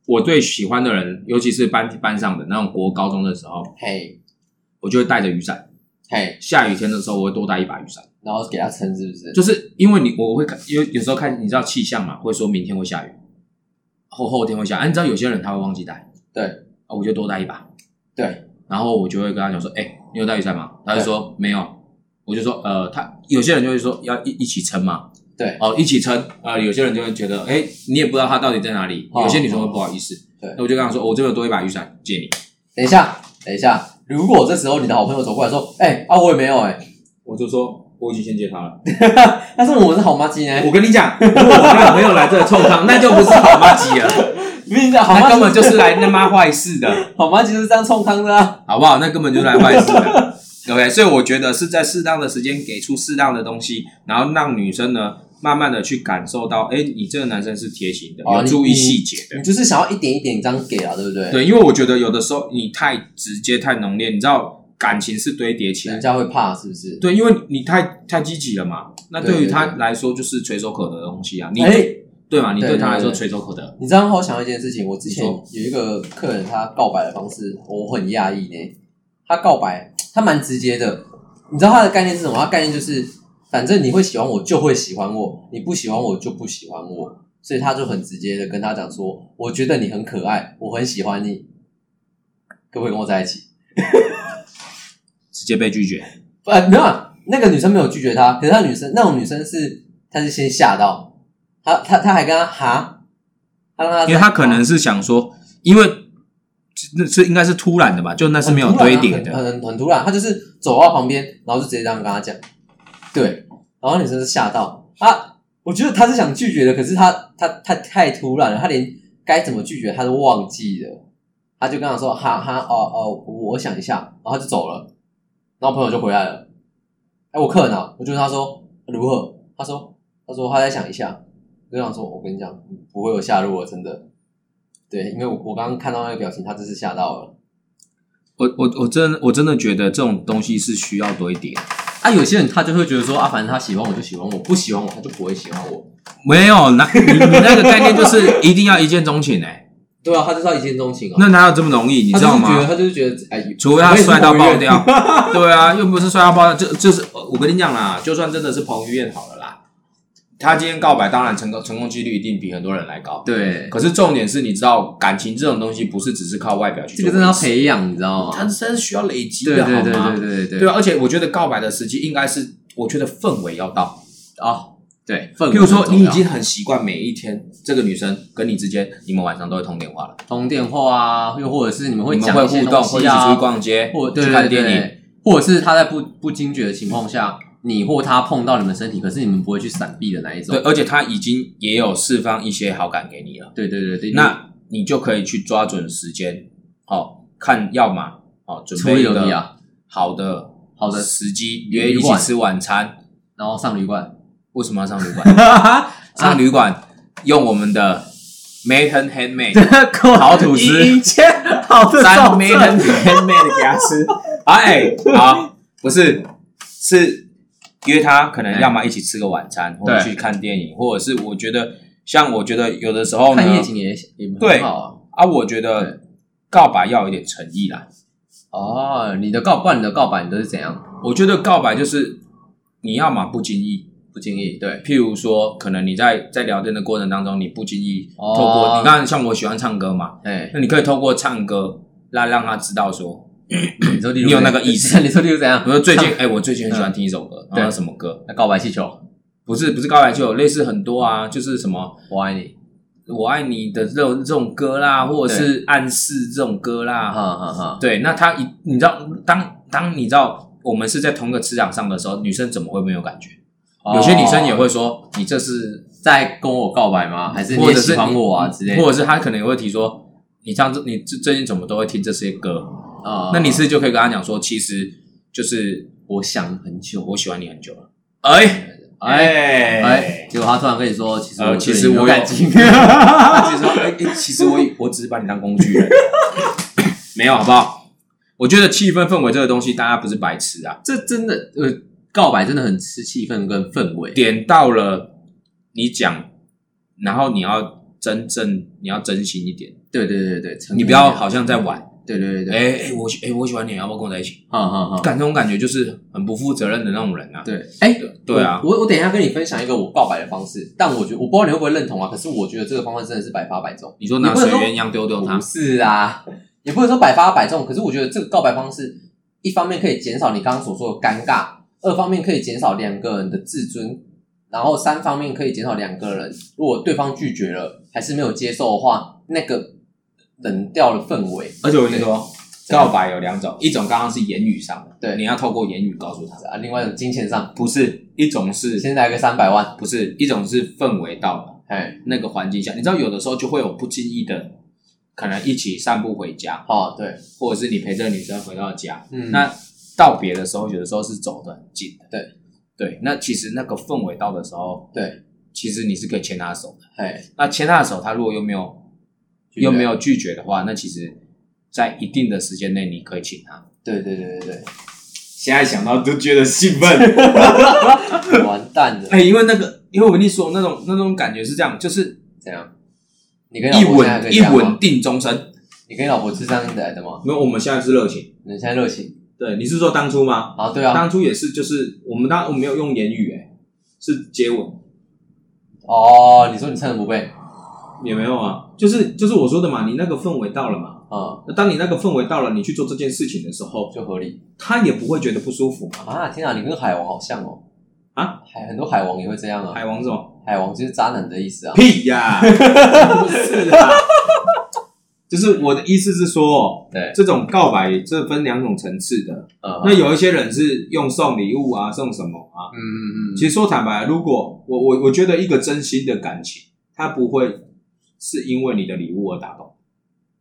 Speaker 3: 我最喜欢的人，尤其是班班上的那种国高中的时候，
Speaker 4: 嘿
Speaker 3: 我就会带着雨伞，
Speaker 4: 嘿，
Speaker 3: 下雨天的时候我会多带一把雨伞。
Speaker 4: 然后给他撑是不是？
Speaker 3: 就是因为你我会看有有时候看你知道气象嘛，会说明天会下雨，后后天会下。啊，你知道有些人他会忘记带，
Speaker 4: 对
Speaker 3: 啊，我就多带一把，
Speaker 4: 对，
Speaker 3: 然后我就会跟他讲说，哎、你有带雨伞吗？他就说没有，我就说呃，他有些人就会说要一一起撑嘛，
Speaker 4: 对
Speaker 3: 哦，一起撑，
Speaker 1: 啊
Speaker 3: 呃，有些人就会觉得，哎、你也不知道他到底在哪里，
Speaker 4: 哦
Speaker 3: 有些女生会不好意思，
Speaker 4: 对
Speaker 3: 那我就跟他说，哦我这边有多一把雨伞借你，
Speaker 4: 等一下，等一下，如果这时候你的好朋友走过来说，哎啊，我也没有哎，
Speaker 3: 我就说我已经先借他了。
Speaker 4: 但是我是好妈鸡呢，
Speaker 1: 我跟你讲，如果我男朋友来这个冲 康，那就不是好妈鸡了，
Speaker 4: 跟你讲，好
Speaker 1: 那
Speaker 4: 妈
Speaker 1: 根本就是来他妈坏事的。
Speaker 4: 好妈鸡就是这样冲康的啊，
Speaker 1: 好不好？那根本就是来坏事 的。OK，所以我觉得是在适当的时间给出适当的东西，然后让女生呢慢慢的去感受到，哎，你这个男生是贴心的，
Speaker 4: 哦
Speaker 1: 有注意细节的。
Speaker 4: 你就是想要一点一点这样给啊，对不对？，
Speaker 1: 对，因为我觉得有的时候你太直接、太浓烈，你知道感情是堆叠起来
Speaker 4: 人
Speaker 1: 的。
Speaker 4: 家会怕是不是？
Speaker 1: 对，因为你太太积极了嘛，那对
Speaker 4: 对
Speaker 1: 于
Speaker 4: 对
Speaker 1: 他来说就是垂手可得的东西啊。你
Speaker 4: 哎。
Speaker 1: 对嘛？你
Speaker 4: 对
Speaker 1: 对他
Speaker 4: 对
Speaker 1: 来说
Speaker 4: 对
Speaker 1: 垂手可得，
Speaker 4: 你这样让我想到一件事情，我之前
Speaker 1: 你
Speaker 4: 有一个客人，他告白的方式我很讶异呢。他告白，他蛮直接的。你知道他的概念是什么？他概念就是，反正你会喜欢我就会喜欢我，你不喜欢我就不喜欢我。所以他就很直接的跟他讲说，我觉得你很可爱，我很喜欢你，可不可以跟我在一起？
Speaker 1: 直接被拒绝。
Speaker 4: 呃，没有啊，那个女生没有拒绝他，可是那女生那种女生是，她是先吓到，她她她还跟他哈，她让他
Speaker 1: 因为他可能是想说，因为是是应该是突然的吧，就那是没有堆叠
Speaker 4: 很突然
Speaker 1: 的，
Speaker 4: 啊很很很突然，他就是走到旁边，然后就直接这样跟他讲，对，然后女生是吓到，啊，我觉得他是想拒绝的，可是他他他太突然了，他连该怎么拒绝他都忘记了。他就跟他说：“哈哈，哦哦，我想一下。”然后他就走了。然后朋友就回来了。哎，我客人啊，我就跟他说如何？他说：“他说他再想一下。”我就想说：“我跟你讲，嗯不会有下落了，真的。”对，因为我我刚刚看到那个表情，他真是吓到了。
Speaker 3: 我我我真我真的觉得这种东西是需要堆叠。
Speaker 4: 啊，有些人他就会觉得说啊，反正他喜欢我就喜欢我，不喜欢我他就不会喜欢我。
Speaker 3: 没有，那你你那个概念就是一定要一见钟情哎、
Speaker 1: 欸
Speaker 4: 对啊，他就是要一见钟情啊。
Speaker 3: 那哪有这么容易？你
Speaker 4: 他
Speaker 3: 知
Speaker 4: 就是
Speaker 3: 道
Speaker 4: 觉得
Speaker 3: 吗？
Speaker 4: 他就是觉得哎，
Speaker 3: 除非他
Speaker 4: 我也是
Speaker 3: 帅到
Speaker 4: 彭于晏
Speaker 3: 爆掉， 对啊，又不是帅到爆掉，就就是呃我跟你讲啦，就算真的是彭于晏好了啦，他今天告白，当然成功成功几率一定比很多人来高。
Speaker 4: 对，
Speaker 3: 可是重点是，你知道感情这种东西不是只是靠外表去
Speaker 4: 这
Speaker 3: 做
Speaker 4: 个
Speaker 3: 维持，
Speaker 4: 真的要培养，你知道
Speaker 3: 它
Speaker 4: 吗？
Speaker 3: 真是需要累积
Speaker 4: 对
Speaker 3: 的，
Speaker 4: 对
Speaker 3: 好
Speaker 4: 对
Speaker 3: 吗？
Speaker 4: 对对对
Speaker 3: 对啊，而且我觉得告白的时机应该是，我觉得氛围要到。
Speaker 4: 啊，
Speaker 3: 对，
Speaker 4: 氛围
Speaker 3: 比如说
Speaker 4: 很重
Speaker 3: 你已
Speaker 4: 要
Speaker 3: 经很习惯每一天，这个女生跟你之间，你们晚上都会通电话了，
Speaker 4: 通电话啊，又或者是你们会
Speaker 3: 你们
Speaker 4: 讲
Speaker 3: 会
Speaker 4: 一些
Speaker 3: 互动，
Speaker 4: 东
Speaker 3: 会一
Speaker 4: 西
Speaker 3: 起出去
Speaker 4: 啊，
Speaker 3: 逛街，
Speaker 4: 或对
Speaker 3: 去
Speaker 4: 对
Speaker 3: 看
Speaker 4: 对
Speaker 3: 电影。
Speaker 4: 对，或者是他在不不惊觉的情况下，你或他碰到你们身体，可是你们不会去闪避的那一种
Speaker 3: 对，。呃而且他已经也有释放一些好感给你了，
Speaker 4: 对对对对，
Speaker 3: 那你就可以去抓准时间，哦，看要么哦准
Speaker 4: 处
Speaker 3: 备
Speaker 4: 理
Speaker 3: 一
Speaker 4: 有理
Speaker 3: 个
Speaker 4: 啊，
Speaker 3: 好的
Speaker 4: 好的
Speaker 3: 时机，
Speaker 4: 旅
Speaker 3: 约一起
Speaker 4: 馆
Speaker 3: 吃晚餐。
Speaker 4: 然后上旅馆，
Speaker 3: 为什么要上旅馆？ 上旅馆用我们的 Maton Handmade 烤吐司，
Speaker 1: 以前好的
Speaker 3: 沾
Speaker 1: 照
Speaker 3: Maton
Speaker 1: 片，
Speaker 3: Handmade 给他吃。哎，好，不是是约他，可能要么一起吃个晚餐，或者
Speaker 4: 哎对
Speaker 3: 去看电影，或者是我觉得像我觉得有的时候呢，
Speaker 4: 看夜景也也
Speaker 3: 哦对
Speaker 4: 很好啊。
Speaker 3: 啊，我觉
Speaker 4: 对
Speaker 3: 得告白要有点诚意啦。
Speaker 4: 哦，你的告不然你的告白你都是怎样？
Speaker 3: 我觉得告白就是你要嘛不经意，
Speaker 4: 不经意对，
Speaker 3: 譬如说，可能你在在聊天的过程当中，你不经意
Speaker 4: 哦
Speaker 3: 透过你看，像我喜欢唱歌嘛，
Speaker 4: 哎，
Speaker 3: 那你可以透过唱歌来让他知道说，
Speaker 4: 你说例如
Speaker 3: 你有那个意思
Speaker 4: 你说例如怎样
Speaker 3: 比？如说最近哎，我最近很喜欢听一首歌，
Speaker 4: 对
Speaker 3: 然后什么歌？
Speaker 4: 那告白气球，
Speaker 3: 不是不是告白就有类似很多啊，就是什么。
Speaker 4: 我爱你，
Speaker 3: 我爱你的这种这种歌啦，或者是暗示这种歌啦，
Speaker 4: 啊
Speaker 3: 哈，
Speaker 4: 哈哈哈，
Speaker 3: 对，那他一你知道，当当你知道我们是在同一个磁场上的时候，女生怎么会没有感觉？
Speaker 4: 啊
Speaker 3: 有些女生也会说你这是，
Speaker 4: 在跟我告白吗？还是哦你
Speaker 3: 或
Speaker 4: 也
Speaker 3: 者
Speaker 4: 喜
Speaker 3: 是
Speaker 4: 欢
Speaker 3: 你
Speaker 4: 我啊之类的？
Speaker 3: 或者是她可能也会提说你唱这你最最近怎么都会听这些歌？
Speaker 4: 啊
Speaker 3: 那你是就可以跟她讲说，其实就是
Speaker 4: 我想很久，
Speaker 3: 我喜欢你很久了。哎
Speaker 4: 哎
Speaker 3: 哎
Speaker 4: 哎，结果他突然跟你说，其实我
Speaker 3: 呃，其实
Speaker 4: 对你
Speaker 3: 我
Speaker 4: 有感情，
Speaker 3: 她其实说，哎、哎其实我我只是把你当工具人， 没有好不好？我觉得气氛氛围这个东西，大家不是白痴啊，
Speaker 4: 这真的呃，告白真的很吃气氛跟氛围。
Speaker 3: 点到了你讲，然后你要真正你要真心一点，
Speaker 4: 对对对对，成
Speaker 3: 你不要好像在玩。
Speaker 4: 对对对
Speaker 3: 哎
Speaker 4: 对，
Speaker 3: 哎、我喜哎、我喜欢你，要不要跟我在一起？
Speaker 4: 哈哈哈。
Speaker 3: 感这种感觉就是很不负责任的那种人啊。
Speaker 4: 对，哎，
Speaker 3: 对啊
Speaker 4: 我我我等一下跟你分享一个我告白的方式，但我觉得我不知道你会不会认同啊。可是我觉得这个方式真的是百发百中。
Speaker 3: 你说
Speaker 4: 你
Speaker 3: 拿
Speaker 4: 不
Speaker 3: 水
Speaker 4: 能说
Speaker 3: 鸳鸯丢丢
Speaker 4: 不
Speaker 3: 他，
Speaker 4: 是啊，也不能说百发百中，可是我觉得这个告白方式，一方面可以减少你刚刚所说的尴尬，二方面可以减少两个人的自尊，然后三方面可以减少两个人如果对方拒绝了还是没有接受的话，那个冷掉了氛围。
Speaker 3: 而且我跟你说，告白有两种，一种刚刚是言语上的，
Speaker 4: 对
Speaker 3: 你要透过言语告诉他，
Speaker 4: 啊，另外一种金钱上，
Speaker 3: 不是一种是
Speaker 4: 先来个三百万，
Speaker 3: 不是一种是氛围到了
Speaker 4: 哎，
Speaker 3: 那个环境下，你知道有的时候就会有不经意的，可能一起散步回家，
Speaker 4: 哦，对，
Speaker 3: 或者是你陪这个女生回到家，
Speaker 4: 嗯
Speaker 3: 那道别的时候有的时候是走得很近的，
Speaker 4: 对
Speaker 3: 对，那其实那个氛围到的时候，
Speaker 4: 对，
Speaker 3: 其实你是可以牵她的手的，
Speaker 4: 哎，
Speaker 3: 那牵她的手，她如果又没有
Speaker 4: 拒绝
Speaker 3: 又没有拒绝的话，那其实在一定的时间内你可以请她。
Speaker 4: 对对对对
Speaker 3: 现在想到都觉得兴奋。
Speaker 4: 对，完蛋了，
Speaker 3: 哎、因为那个，因为我跟你说，那种那种感觉是这样，就是
Speaker 4: 怎样？你跟
Speaker 3: 一
Speaker 4: 老婆现在可
Speaker 3: 吻
Speaker 4: 以
Speaker 3: 一
Speaker 4: 这样
Speaker 3: 吻
Speaker 4: 吗？
Speaker 3: 定终身。
Speaker 4: 你跟老婆是这样来的吗？
Speaker 3: 没有，我们现在是热情。
Speaker 4: 你现在热情
Speaker 3: 对，你是说当初吗？
Speaker 4: 啊？对啊，
Speaker 3: 当初也是，就是我们当我们没有用言语、哎，是接吻，
Speaker 4: 哦，你说你趁人不备，
Speaker 3: 也没有啊，就是就是我说的嘛，你那个氛围到了嘛。
Speaker 4: 嗯，
Speaker 3: 那当你那个氛围到了，你去做这件事情的时候，
Speaker 4: 就合理
Speaker 3: 他也不会觉得不舒服嘛。
Speaker 4: 啊！天啊，你跟海王好像哦，
Speaker 3: 啊，
Speaker 4: 海很多海王也会这样啊，
Speaker 3: 海王是吗？
Speaker 4: 海王就是渣男的意思啊，
Speaker 3: 屁呀、不是啊，就是我的意思是说，
Speaker 4: 对
Speaker 3: 这种告白这分两种层次的。
Speaker 4: 嗯
Speaker 3: 那有一些人是用送礼物啊，送什么啊？
Speaker 4: 嗯嗯嗯，
Speaker 3: 其实说坦白，如果我我我觉得一个真心的感情，它不会是因为你的礼物而打动。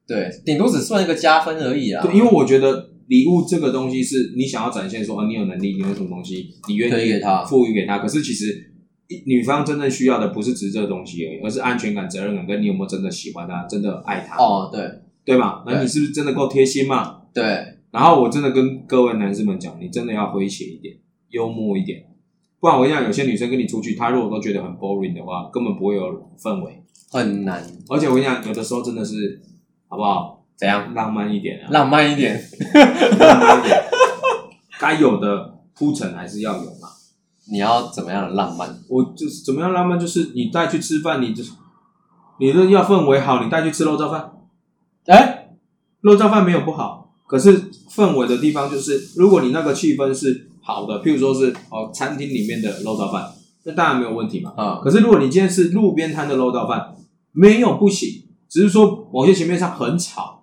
Speaker 4: 对，顶多只算一个加分而已啊。
Speaker 3: 对，因为我觉得礼物这个东西是你想要展现说，啊，你有能力，你有什么东西，你愿
Speaker 4: 可以
Speaker 3: 意
Speaker 4: 给他
Speaker 3: 赋予给他。可是其实一女方真正需要的不是值这个东西而已，而是安全感、责任感，跟你有没有真的喜欢他，真的爱他，
Speaker 4: 哦，对
Speaker 3: 对吧？那
Speaker 4: 对
Speaker 3: 你是不是真的够贴心嘛？
Speaker 4: 对，
Speaker 3: 然后我真的跟各位男士们讲，你真的要诙谐一点，幽默一点，不然我跟你讲，有些女生跟你出去，她如果都觉得很 boring 的话，根本不会有氛围。
Speaker 4: 很难，
Speaker 3: 而且我跟你讲，有的时候真的是，好不好？
Speaker 4: 怎样？
Speaker 3: 浪漫一点啊，
Speaker 4: 浪漫一点，
Speaker 3: 浪漫一点， 该有的铺陈还是要有嘛。
Speaker 4: 你要怎么样的浪漫？
Speaker 3: 我就是怎么样浪漫，就是你带去吃饭，你就是你都要氛围好，你带去吃肉燥饭，
Speaker 4: 哎，
Speaker 3: 肉燥饭没有不好，可是氛围的地方就是，如果你那个气氛是好的，譬如说是哦餐厅里面的肉燥饭，那当然没有问题嘛。
Speaker 4: 嗯
Speaker 3: 可是如果你今天是路边摊的肉燥饭，没有不行，只是说某些前面上很吵，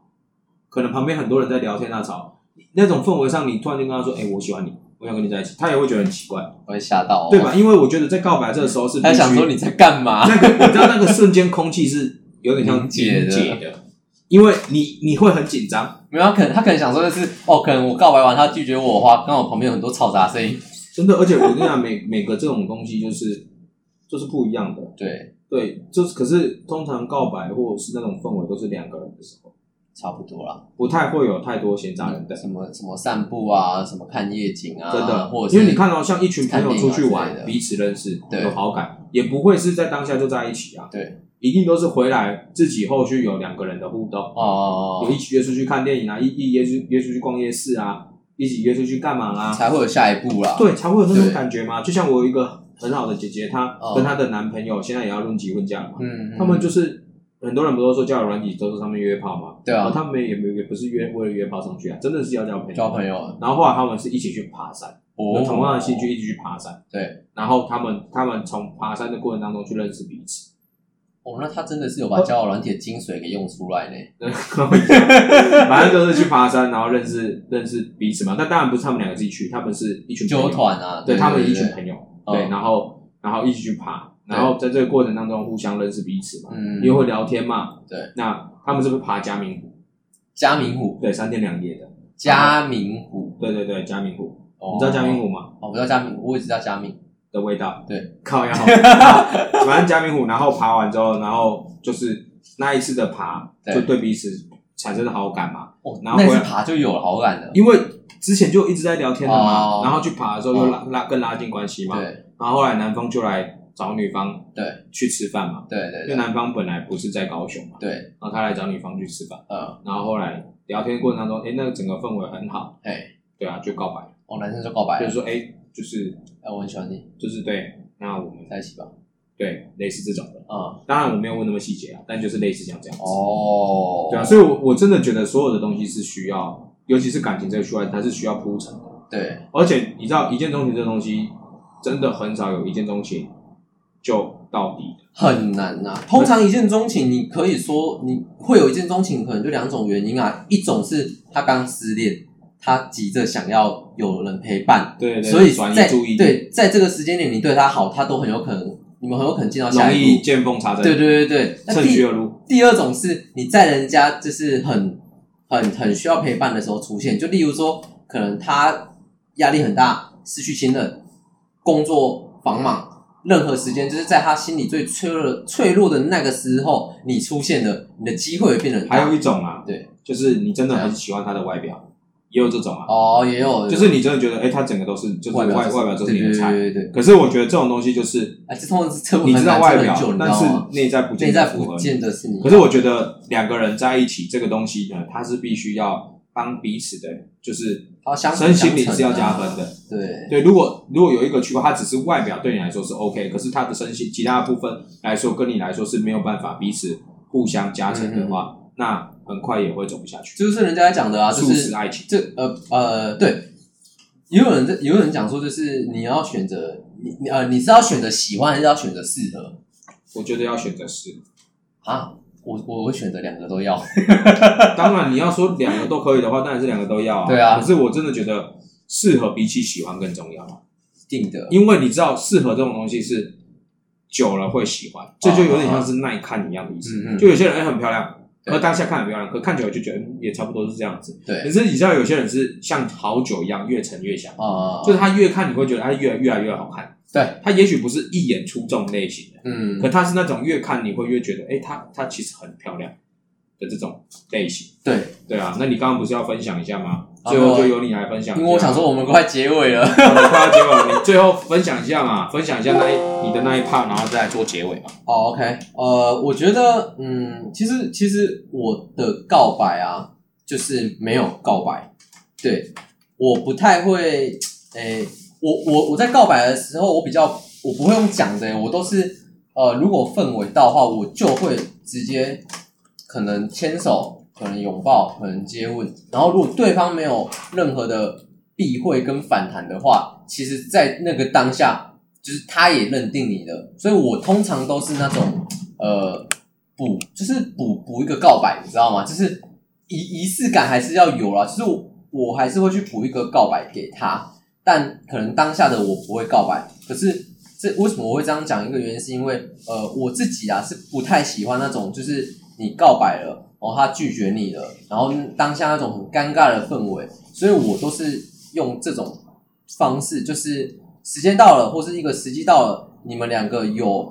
Speaker 3: 可能旁边很多人在聊天啊吵，那种氛围上，你突然就跟他说：“哎、我喜欢你，我想跟你在一起。”他也会觉得很奇怪，
Speaker 4: 我会吓到、哦，
Speaker 3: 对吧？？因为我觉得在告白这个时候是
Speaker 4: 他
Speaker 3: 必须
Speaker 4: 想说你在干嘛？
Speaker 3: 那个，你知道那个瞬间空气是有点像
Speaker 4: 凝结的
Speaker 3: 凝的，因为你你会很紧张。
Speaker 4: 没有，他可能他可能想说的是，哦，可能我告白完他拒绝我的话，刚好旁边有很多嘈杂声音。
Speaker 3: 真的，而且我跟你讲，每每个这种东西就是就是不一样的，
Speaker 4: 对，
Speaker 3: 对，就是可是通常告白或者是那种氛围都是两个人的时候，
Speaker 4: 差不多啦。
Speaker 3: 不太会有太多闲杂人等，
Speaker 4: 什么什么散步啊，什么看夜景啊，
Speaker 3: 真的
Speaker 4: 或，者
Speaker 3: 因
Speaker 4: 是
Speaker 3: 为你看到、像一群朋友出去
Speaker 4: 看电影啊之类的
Speaker 3: 玩，彼此认识
Speaker 4: 对
Speaker 3: 有好感，也不会是在当下就在一起啊，
Speaker 4: 对，
Speaker 3: 一定都是回来自己后续有两个人的互动，
Speaker 4: 哦，
Speaker 3: 有一起约出去看电影啊，一一约出约出去逛夜市啊，一起约出去干嘛啦、
Speaker 4: 才会有下一步啦。
Speaker 3: 对，才会有那
Speaker 4: 对
Speaker 3: 种感觉嘛。就像我有一个很好的姐姐，她
Speaker 4: 哦
Speaker 3: 跟她的男朋友现在也要论及婚嫁了嘛。
Speaker 4: 嗯，嗯，
Speaker 3: 他们就是是很多人不都说交友软体都是上面约炮嘛？
Speaker 4: 对啊
Speaker 3: 哦然后他们也没有也不是约为了约炮上去啊，真的是要交朋友。
Speaker 4: 交朋友啊，
Speaker 3: 然后后来他们是一起去爬山，有
Speaker 4: 哦，
Speaker 3: 同样的兴趣一起去爬山。
Speaker 4: 对。
Speaker 3: 然后他们他们从爬山的过程当中去认识 彼此。
Speaker 4: 哦，那他真的是有把交友软体的精髓给用出来呢。
Speaker 3: 反正就是去爬山，然后认识认识彼此嘛。但当然不是他们两个自己去，他们是一群朋
Speaker 4: 纠
Speaker 3: 友。
Speaker 4: 团啊，
Speaker 3: 对
Speaker 4: 对
Speaker 3: 他们一
Speaker 4: 对
Speaker 3: 群
Speaker 4: 对
Speaker 3: 朋友，
Speaker 4: 嗯
Speaker 3: 对，然后然后一起去爬，然后在这个过程当中互相认识彼此嘛，
Speaker 4: 嗯，
Speaker 3: 因为会聊天嘛，
Speaker 4: 对。
Speaker 3: 那他们是不是爬嘉明湖？
Speaker 4: 嘉明湖，
Speaker 3: 对，三天两夜的。
Speaker 4: 嘉明湖，
Speaker 3: 对对对，嘉明湖，
Speaker 4: 哦
Speaker 3: 你知道嘉明湖吗？
Speaker 4: 哦，我不知道嘉明湖，我也只知道嘉明。
Speaker 3: 的味道。
Speaker 4: 对，
Speaker 3: 靠 腰。然后反正嘉明湖，然后爬完之后，然后就是那一次的爬，
Speaker 4: 对
Speaker 3: 就对彼此产生了好感嘛，
Speaker 4: 哦，
Speaker 3: 然后
Speaker 4: 那
Speaker 3: 回来
Speaker 4: 次爬就有好感了。
Speaker 3: 因为之前就一直在聊天了
Speaker 4: 哦
Speaker 3: 嘛，然后去爬的时候又拉拉更拉近关系嘛，
Speaker 4: 对
Speaker 3: 然后后来男方就来找女方
Speaker 4: 对
Speaker 3: 去吃饭嘛。
Speaker 4: 对对
Speaker 3: 因为
Speaker 4: 对
Speaker 3: 男方本来不是在高雄嘛，
Speaker 4: 对，
Speaker 3: 然后他来找女方去吃饭，
Speaker 4: 呃，
Speaker 3: 然后后来聊天过程当中，哎，那个整个氛围很好，
Speaker 4: 哎，
Speaker 3: 对啊，就告白了，
Speaker 4: 哦，男生就告白
Speaker 3: 就是
Speaker 4: 了，
Speaker 3: 说，哎，就是
Speaker 4: 哎，我很喜欢你，
Speaker 3: 就是对，那我们
Speaker 4: 在一起吧。
Speaker 3: 对类似这种的，
Speaker 4: 嗯，
Speaker 3: 当然我没有问那么细节啊，但就是类似像这样子，
Speaker 4: 哦，
Speaker 3: 对啊，所以我我真的觉得所有的东西是需要，尤其是感情这个需要，它是需要铺陈的，
Speaker 4: 对，
Speaker 3: 而且你知道一见钟情这东西，真的很少有一见钟情就到底的，
Speaker 4: 很难呐、通常一见钟情，你可以说你会有一见钟情，可能就两种原因啊，一种是他刚失恋，他急着想要有人陪伴，
Speaker 3: 对对，
Speaker 4: 所以
Speaker 3: 转
Speaker 4: 在
Speaker 3: 移注意力，
Speaker 4: 对在这个时间点，你对他好，他都很有可能，你们很有可能见到下
Speaker 3: 容
Speaker 4: 一
Speaker 3: 易
Speaker 4: 步。
Speaker 3: 见缝插针，
Speaker 4: 对对对对，那
Speaker 3: 趁虚而
Speaker 4: 第
Speaker 3: 入，
Speaker 4: 第二种是你在人家就是很很很需要陪伴的时候出现，就例如说，可能他压力很大，失去亲人，工作繁忙，任何时间就是在他心里最脆弱的脆弱的那个时候，你出现了，你的机会会变得很大
Speaker 3: 还有一种啊，
Speaker 4: 对，
Speaker 3: 就是你真的很喜欢他的外表，也有这种啊，
Speaker 4: 哦，也有
Speaker 3: 就是你真的觉得，哎，他整个都是就是
Speaker 4: 外
Speaker 3: 外
Speaker 4: 表
Speaker 3: 外表就是你的菜。
Speaker 4: 对对对对对，
Speaker 3: 可是我觉得这种东西就是
Speaker 4: 哎，这通常是车
Speaker 3: 你知道外表
Speaker 4: 很久，，你知
Speaker 3: 但
Speaker 4: 道
Speaker 3: 是
Speaker 4: 吗？
Speaker 3: 内在不
Speaker 4: 内
Speaker 3: 见
Speaker 4: 在
Speaker 3: 得符合
Speaker 4: 不
Speaker 3: 你。
Speaker 4: 见得是你，
Speaker 3: 可是我觉得两个人在一起这个东西呢，它是必须要帮彼此的，就是
Speaker 4: 好相辅
Speaker 3: 身心
Speaker 4: 相
Speaker 3: 灵
Speaker 4: 成
Speaker 3: 是要
Speaker 4: 啊
Speaker 3: 加分的。
Speaker 4: 对
Speaker 3: 对，如果如果有一个区块，它只是外表对你来说是 OK，可是它的身心其他的部分来说，跟你来说是没有办法彼此互相加成的话，那很快也会走不下去，
Speaker 4: 就是人家讲的嗯啊，就
Speaker 3: 促
Speaker 4: 是
Speaker 3: 使爱情。
Speaker 4: 这呃呃，对，也有人在，也有人讲说，就是你要选择你你呃，你是要选择喜欢还是要选择适合
Speaker 3: 我觉得要选择是，
Speaker 4: 啊？我我会选择两个都要。
Speaker 3: 当然，你要说两个都可以的话，当然是两个都要啊。
Speaker 4: 对啊
Speaker 3: 可是我真的觉得适合比起喜欢更重要啊，
Speaker 4: 定的，
Speaker 3: 因为你知道适合这种东西是久了会喜欢，这就有点像是耐看一样的意思。
Speaker 4: 嗯嗯
Speaker 3: 就有些人哎很漂亮，
Speaker 4: 对
Speaker 3: 那当下看很漂亮，可看久了就觉得嗯也差不多是这样子。可
Speaker 4: 对
Speaker 3: 是你知道有些人是像好酒一样越陈越香，
Speaker 4: 啊，
Speaker 3: 就是他越看你会觉得他越越来越好看。
Speaker 4: 对，
Speaker 3: 他也许不是一眼出众类型的，
Speaker 4: 嗯
Speaker 3: 可，他是那种越看你会越觉得，哎、她她其实很漂亮的这种类型。
Speaker 4: 对，
Speaker 3: 对啊，那你刚刚不是要分享一下吗？
Speaker 4: 啊
Speaker 3: 最后就由你来分享一下，
Speaker 4: 因为我想说我们快结尾了。
Speaker 3: 好，你快要结尾了，你最后分享一下嘛，分享一下那一你的那一 part，然后再来做结尾嘛。
Speaker 4: 哦，OK，呃，我觉得，嗯，其实其实我的告白啊，就是没有告白，对，我不太会，诶、我我我在告白的时候，我比较我不会用讲的，我都是，呃，如果氛围到的话，我就会直接可能牵手，可能拥抱，可能接吻，然后如果对方没有任何的避讳跟反弹的话，其实，在那个当下，就是他也认定你了，所以我通常都是那种呃补，就是补补一个告白，你知道吗？就是仪仪式感还是要有啦，就是我我还是会去补一个告白给他，但可能当下的我不会告白，可是。这为什么我会这样讲？一个原因是因为，呃，我自己啊是不太喜欢那种，就是你告白了，然后他拒绝你了，然后当下那种很尴尬的氛围，所以我都是用这种方式，就是时间到了，或是一个时机到了，你们两个有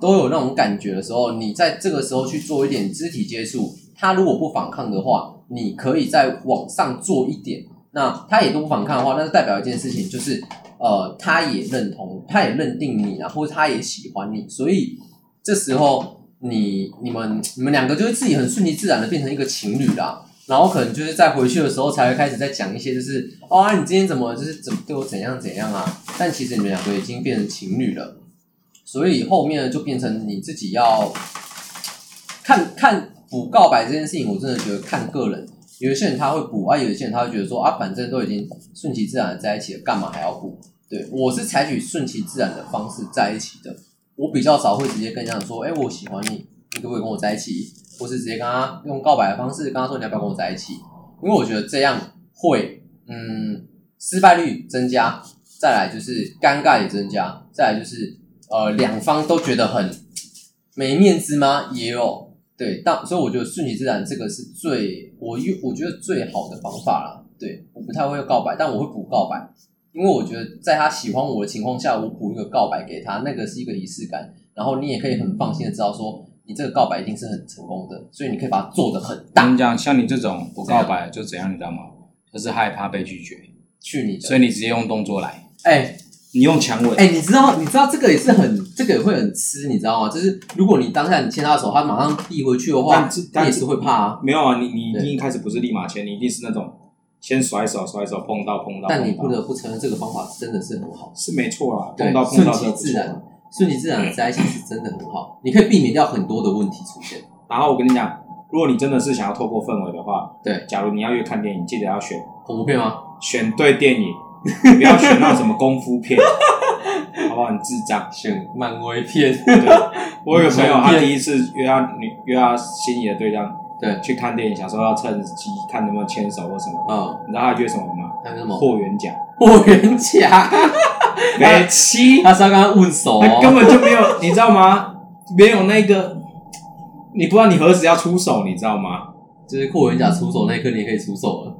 Speaker 4: 都有那种感觉的时候，你在这个时候去做一点肢体接触，他如果不反抗的话，你可以再往上做一点。那他也都不反抗的话，那就代表一件事情，就是呃，他也认同，他也认定你啊，或者他也喜欢你，所以这时候你你们你们两个就会自己很顺其自然的变成一个情侣啦。然后可能就是在回去的时候才会开始在讲一些，就是哦、啊，你今天怎么就是怎么对我怎样怎样啊？但其实你们两个已经变成情侣了，所以后面就变成你自己要看看补告白这件事情，我真的觉得看个人。有一些人他会补啊，有一些人他会觉得说啊，反正都已经顺其自然的在一起了，干嘛还要补？对我是采取顺其自然的方式在一起的，我比较少会直接跟人家说，哎、我喜欢你，你可不可以跟我在一起？或是直接跟他用告白的方式跟他说你要不要跟我在一起，因为我觉得这样会嗯失败率增加，再来就是尴尬也增加，再来就是呃两方都觉得很没面子吗？也有对，但所以我觉得顺其自然这个是最我用我觉得最好的方法啦。对，我不太会告白，但我会补告白，因为我觉得在他喜欢我的情况下，我补一个告白给他，那个是一个仪式感。然后你也可以很放心的知道说，你这个告白一定是很成功的，所以你可以把它做的很
Speaker 1: 我跟
Speaker 4: 大。
Speaker 1: 你讲，像你嗯这种不告白就怎样，你知道吗？就是害怕被拒绝，
Speaker 4: 去你的，
Speaker 1: 所以你直接用动作来，
Speaker 4: 哎
Speaker 1: 你用强吻。
Speaker 4: 哎，你知道你知道这个也是很这个也会很吃，你知道吗？就是如果你当下你牵他的手，他马上递回去的话
Speaker 3: 但是，
Speaker 4: 你
Speaker 3: 但
Speaker 4: 也
Speaker 3: 是
Speaker 4: 是会怕啊。
Speaker 3: 没有啊，你你一
Speaker 4: 对
Speaker 3: 定一开始不是立马签，你一定是那种先甩手甩手碰到碰到，
Speaker 4: 但你
Speaker 3: 碰
Speaker 4: 不
Speaker 3: 到
Speaker 4: 得不承认，这个方法真的是很好，
Speaker 3: 是没错啦，
Speaker 4: 对
Speaker 3: 碰到，碰
Speaker 4: 顺
Speaker 3: 到
Speaker 4: 其
Speaker 3: 就不
Speaker 4: 自
Speaker 3: 错
Speaker 4: 然。，顺其自然在一起是真的很好，你可以避免掉很多的问题出现。
Speaker 3: 然后我跟你讲，如果你真的是想要透过氛围的话，
Speaker 4: 对，
Speaker 3: 假如你要约看电影，记得要选
Speaker 4: 恐怖片吗？
Speaker 3: 选对电影，不要选那种什么功夫 片，好不好？很智障。
Speaker 4: 选漫威 片，
Speaker 3: 对，我有个朋友，
Speaker 4: 你
Speaker 3: 他
Speaker 4: 想
Speaker 3: 第一次约他女约他心仪的对象
Speaker 4: 对，
Speaker 3: 去看电影，想说要趁机看能不能牵手或什么。
Speaker 4: 嗯，
Speaker 3: 你知道他约什么吗？
Speaker 4: 还有什么？
Speaker 3: 霍元甲，
Speaker 4: 霍元甲，
Speaker 3: 北七，
Speaker 4: 他是要跟他问手
Speaker 3: 他 根
Speaker 4: 哦。
Speaker 3: 本就没有，你知道吗？没有那个，你不知道你何时要出手，你知道吗？
Speaker 4: 就是霍元甲出手那一刻，你也可以出手了。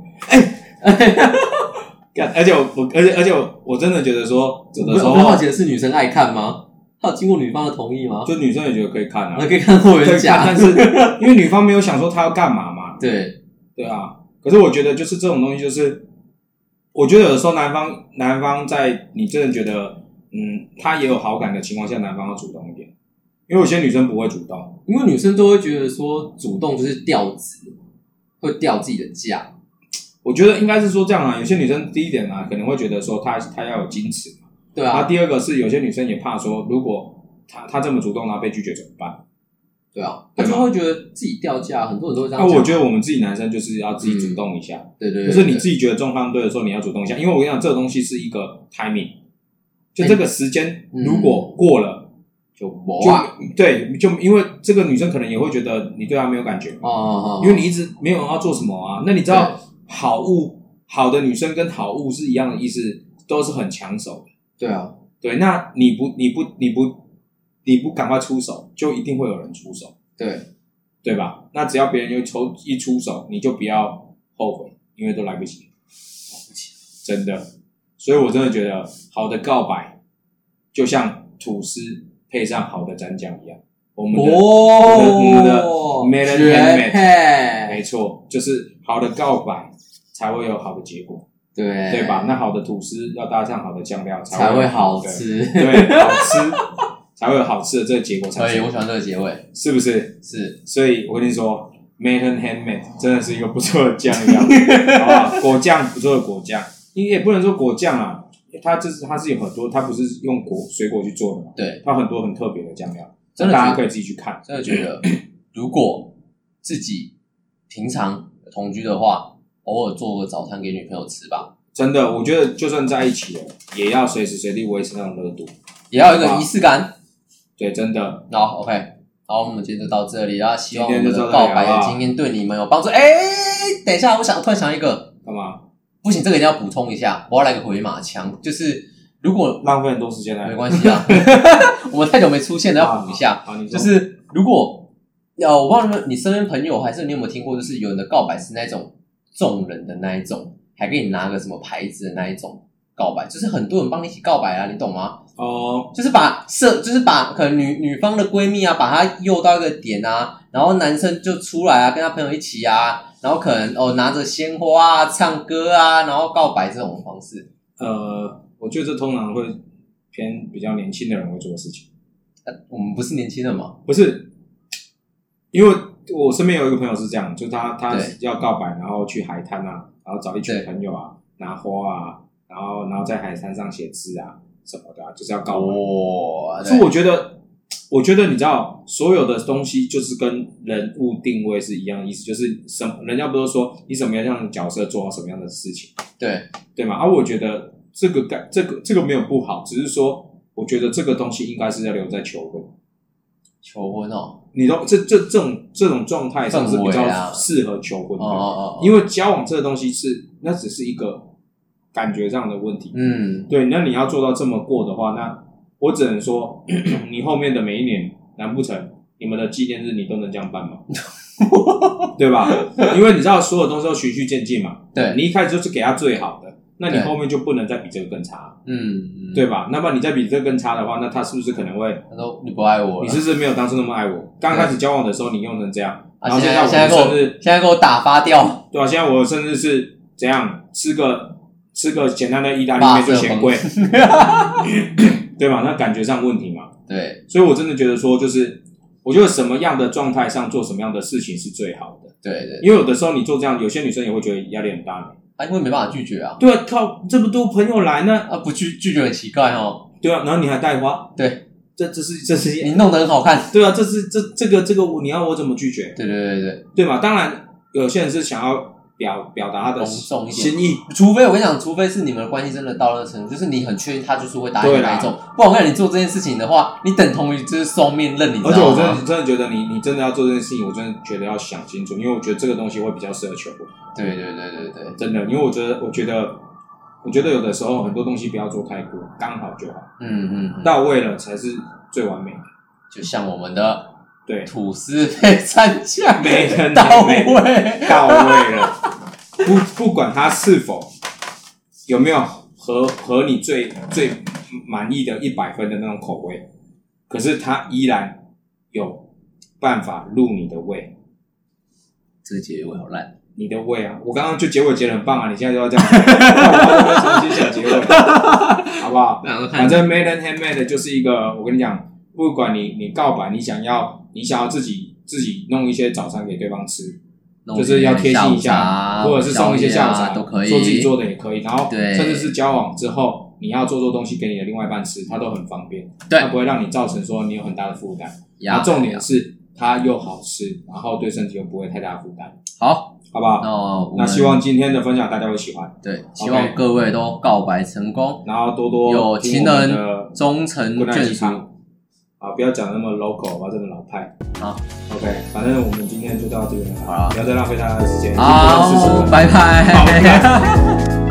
Speaker 3: 干而且我我而且而且我我真的觉得说，有的时
Speaker 4: 我
Speaker 3: 候
Speaker 4: 很好奇的是，女生爱看吗？她有经过女方的同意吗？
Speaker 3: 就女生也觉得可以看啊
Speaker 4: 那，可以看霍
Speaker 3: 可
Speaker 4: 元
Speaker 3: 以看，
Speaker 4: 甲
Speaker 3: 但。是因为女方没有想说她要干嘛嘛，
Speaker 4: 对，
Speaker 3: 对啊，可是我觉得就是这种东西，就是我觉得有的时候男方男方在你真的觉得嗯他也有好感的情况下，男方要主动一点，因为有些女生不会主动，
Speaker 4: 因为女生都会觉得说主动就是掉职，会掉自己的价。
Speaker 3: 我觉得应该是说这样啊，有些女生第一点啊可能会觉得说她她要有矜持嘛，
Speaker 4: 对
Speaker 3: 然后
Speaker 4: 啊，
Speaker 3: 第二个是有些女生也怕说如果她她这么主动，然后被拒绝怎么办？
Speaker 4: 对啊，她
Speaker 3: 对嘛
Speaker 4: 就会觉得自己掉价，很多人都会这
Speaker 3: 那、
Speaker 4: 样嗯讲。
Speaker 3: 我觉得我们自己男生就是要自己主动一下，
Speaker 4: 对对对，
Speaker 3: 可是你
Speaker 4: 对
Speaker 3: 自己觉得状况对的时候，你要主动一下，因为我跟你讲，这个东西是一个 timing，就这个时间
Speaker 4: 嗯
Speaker 3: 如果过了，
Speaker 4: 就我
Speaker 3: 就
Speaker 4: 啊，
Speaker 3: 对，就因为这个女生可能也会觉得你对她没有感觉嘛，
Speaker 4: 哦哦，哦
Speaker 3: 因为你一直没有要做什么啊。那你知道好物好的女生跟好物是一样的意思，都是很抢手的。
Speaker 4: 对啊，
Speaker 3: 对，那你不你不你不你不赶快出手，就一定会有人出手，
Speaker 4: 对
Speaker 3: 对吧？那只要别人又抽一出手，你就不要后悔，因为都来不及，真的。所以我真的觉得好的告白，就像吐司配上好的蘸酱一样，我们的
Speaker 4: 哦，
Speaker 3: 我们的
Speaker 4: 绝
Speaker 3: Made in 没
Speaker 4: 配，
Speaker 3: 错，就是好的告白才会有好的结果，
Speaker 4: 对
Speaker 3: 对吧？？那好的吐司要搭上好的酱料才
Speaker 4: 哎才
Speaker 3: 会
Speaker 4: 会
Speaker 3: 有
Speaker 4: 好
Speaker 3: 的，
Speaker 4: 吃。
Speaker 3: 对，好吃才会有好吃的这个结果产
Speaker 4: 可以，
Speaker 3: 生，
Speaker 4: 我喜欢这个结尾，
Speaker 3: 是不是？
Speaker 4: 是
Speaker 3: 所以我跟你说，made and handmade 真的是一个不错的酱 料，好不好？果酱不错的果酱，你也不能说果酱啊，它就是它是有很多，它不是用果水果去做的嘛，
Speaker 4: 对，
Speaker 3: 它有很多很特别的酱料，
Speaker 4: 真的
Speaker 3: 大
Speaker 4: 觉
Speaker 3: 家
Speaker 4: 得
Speaker 3: 可以自己去看，
Speaker 4: 真的觉 得，如果自己平常同居的话，偶尔做个早餐给女朋友吃吧，
Speaker 3: 真的，我觉得就算在一起了，也要随时随地维持那种热度。
Speaker 4: 也要有一个仪式感。
Speaker 3: 对，真的，
Speaker 4: 那好 OK，好，我们今天就到这里啦。希望我
Speaker 3: 今
Speaker 4: 们
Speaker 3: 天就
Speaker 4: 的
Speaker 3: 到这里
Speaker 4: 告白
Speaker 3: 好不
Speaker 4: 的
Speaker 3: 好
Speaker 4: 经验对你们有帮助。哎，等一下，我想突然想一个，
Speaker 3: 干嘛？
Speaker 4: 不行，这个一定要补充一下，我要来个回马枪，就是如 果
Speaker 3: 浪费很多时间
Speaker 4: 没
Speaker 3: 来。
Speaker 4: 关系啊， 我们太久没出现了，要补一下。
Speaker 3: 啊，你
Speaker 4: 就
Speaker 3: 说
Speaker 4: 是如果呃，我不知道你身边朋友还是你有没有听过，就是有人的告白是那种众人的那一种，还给你拿个什么牌子的那一种告白，就是很多人帮你一起告白啊，你懂吗？
Speaker 3: 哦，
Speaker 4: 就是把社，就是把可能女女方的闺蜜啊，把她诱到一个点啊，然后男生就出来啊，跟他朋友一起啊，然后可能哦拿着鲜花啊、唱歌啊，然后告白这种方式，
Speaker 3: 呃，我觉得这通常会偏比较年轻的人会做的事情，
Speaker 4: 呃我们不是年轻人嘛？
Speaker 3: 不是？因为我身边有一个朋友是这样，就是他他
Speaker 4: 对
Speaker 3: 要告白，然后去海滩啊，然后找一群
Speaker 4: 对
Speaker 3: 朋友啊，拿花啊，然后然后在海滩上写字啊什么的啊、就是要告白。
Speaker 4: 哦，
Speaker 3: 所以
Speaker 4: 对
Speaker 3: 啊我觉得，我觉得你知道，所有的东西就是跟人物定位是一样的意思，就是什么人家不都说你什么样的角色做好什么样的事情，
Speaker 4: 对
Speaker 3: 对吗？啊而、我觉得这个感这个这个没有不好，只是说我觉得这个东西应该是要留在求婚，
Speaker 4: 求婚哦，
Speaker 3: 你都这这这种这种状态上是比
Speaker 4: 氛围
Speaker 3: 较
Speaker 4: 啊
Speaker 3: 适合求婚
Speaker 4: 哦
Speaker 3: 的，
Speaker 4: 哦哦哦，
Speaker 3: 因为交往这个东西是那只是一个感觉上的问题，
Speaker 4: 嗯，
Speaker 3: 对，那你要做到这么过的话，那我只能说， 你后面的每一年，难不成你们的纪念日你都能这样办 吗？对吧？因为你知道，所有东西都循序渐进嘛。
Speaker 4: 对
Speaker 3: 你一开始就是给他最好的，那你
Speaker 4: 对
Speaker 3: 后面就不能再比这个更差，
Speaker 4: 嗯，嗯
Speaker 3: 对？吧？那么你再比这个更差的话，那他是不是可能会？
Speaker 4: 他说你不爱我了，
Speaker 3: 你是不是没有当初那么爱我？刚开始交往的时候，你用成这样，
Speaker 4: 啊
Speaker 3: 然后
Speaker 4: 现
Speaker 3: 在
Speaker 4: 在
Speaker 3: 我
Speaker 4: 现在给
Speaker 3: 们
Speaker 4: 我
Speaker 3: 生日，
Speaker 4: 现在给我打发掉，
Speaker 3: 对吧、啊现在我甚至是怎样吃个吃个简单的意大利
Speaker 4: 霸
Speaker 3: 面就
Speaker 4: 色
Speaker 3: 嫌
Speaker 4: 风
Speaker 3: 贵， 对吧？那感觉上问题嘛。
Speaker 4: 对
Speaker 3: 所以我真的觉得说，就是我觉得什么样的状态上做什么样的事情是最好的，
Speaker 4: 对对，
Speaker 3: 因为有的时候你做这样，有些女生也会觉得压力很大。
Speaker 4: 啊，因为没办法拒绝啊，
Speaker 3: 对啊，靠，这么多朋友来呢，
Speaker 4: 啊，不拒拒绝很奇怪哦，
Speaker 3: 对啊，然后你还带花，
Speaker 4: 对，
Speaker 3: 这这是这
Speaker 4: 你
Speaker 3: 是，
Speaker 4: 弄得很好看，
Speaker 3: 对啊，这是这这个这个我你要我怎么拒绝，
Speaker 4: 对对对对，
Speaker 3: 对吗？当然，有些人是想要表表达他的
Speaker 4: 隆重一点
Speaker 3: 心意，
Speaker 4: 除非我跟你讲，除非是你们的关系真的到那个程度，就是你很确定他就是会答应
Speaker 3: 对
Speaker 4: 那
Speaker 3: 啦
Speaker 4: 一种，不然我跟你做这件事情的话，你等同于就是双面刃，你知
Speaker 3: 而且我
Speaker 4: 道
Speaker 3: 真
Speaker 4: 吗
Speaker 3: 的？真的觉得你你真的要做这件事情，我真的觉得要想清楚，因为我觉得这个东西会比较适合求婚。
Speaker 4: 对对对对对，
Speaker 3: 真的，因为我觉得，我觉得，我觉得有的时候很多东西不要做太过，刚好就好，
Speaker 4: 嗯嗯嗯，
Speaker 3: 到位了才是最完美的。
Speaker 4: 就像我们的
Speaker 3: 对，
Speaker 4: 吐司配蘸酱，
Speaker 3: 没人
Speaker 4: 到
Speaker 3: 没人
Speaker 4: 位，
Speaker 3: 到位了，不不管它是否有没有合合你最最满意的一百分的那种口味，可是它依然有办法入你的胃，
Speaker 4: 这个结尾好烂。
Speaker 3: 你的胃啊！我刚刚就结尾结得很棒啊，你现在就要这样， 那我要重新想结尾，好不好？反正 made and handmade 就是一个，我跟你讲，不管你你告白，你想要你想要自己自己弄一些早餐给对方吃，就是要贴心一
Speaker 4: 啊
Speaker 3: 下，或者是送一些下午茶
Speaker 4: 都可以，
Speaker 3: 做自己做的也可以。然后
Speaker 4: 对
Speaker 3: 甚至是交往之后，你要做做东西给你的另外一半吃，它都很方便，
Speaker 4: 对
Speaker 3: 它不会让你造成说你有很大的负担。
Speaker 4: 呀。
Speaker 3: 然后啊重点是它又好吃，然后对身体又不会太大的负担，
Speaker 4: 好，
Speaker 3: 好不好？
Speaker 4: 那我们
Speaker 3: 那希望今天的分享大家会喜欢，
Speaker 4: 对，希望各位都告白成功，
Speaker 3: 然后多多
Speaker 4: 有
Speaker 3: 听
Speaker 4: 情
Speaker 3: 我们
Speaker 4: 人
Speaker 3: 的
Speaker 4: 终成
Speaker 3: 《Good Night
Speaker 4: 眷
Speaker 3: 鸡
Speaker 4: 属。
Speaker 3: 汤》，好，不要讲那么 local，不要这么老派。
Speaker 4: 好
Speaker 3: ，OK，反正我们今天就到这边了，
Speaker 4: 好啊
Speaker 3: 不要再浪费大家的时间，已经不到40
Speaker 4: 好
Speaker 3: 分，了
Speaker 4: 拜拜。
Speaker 3: 好拜拜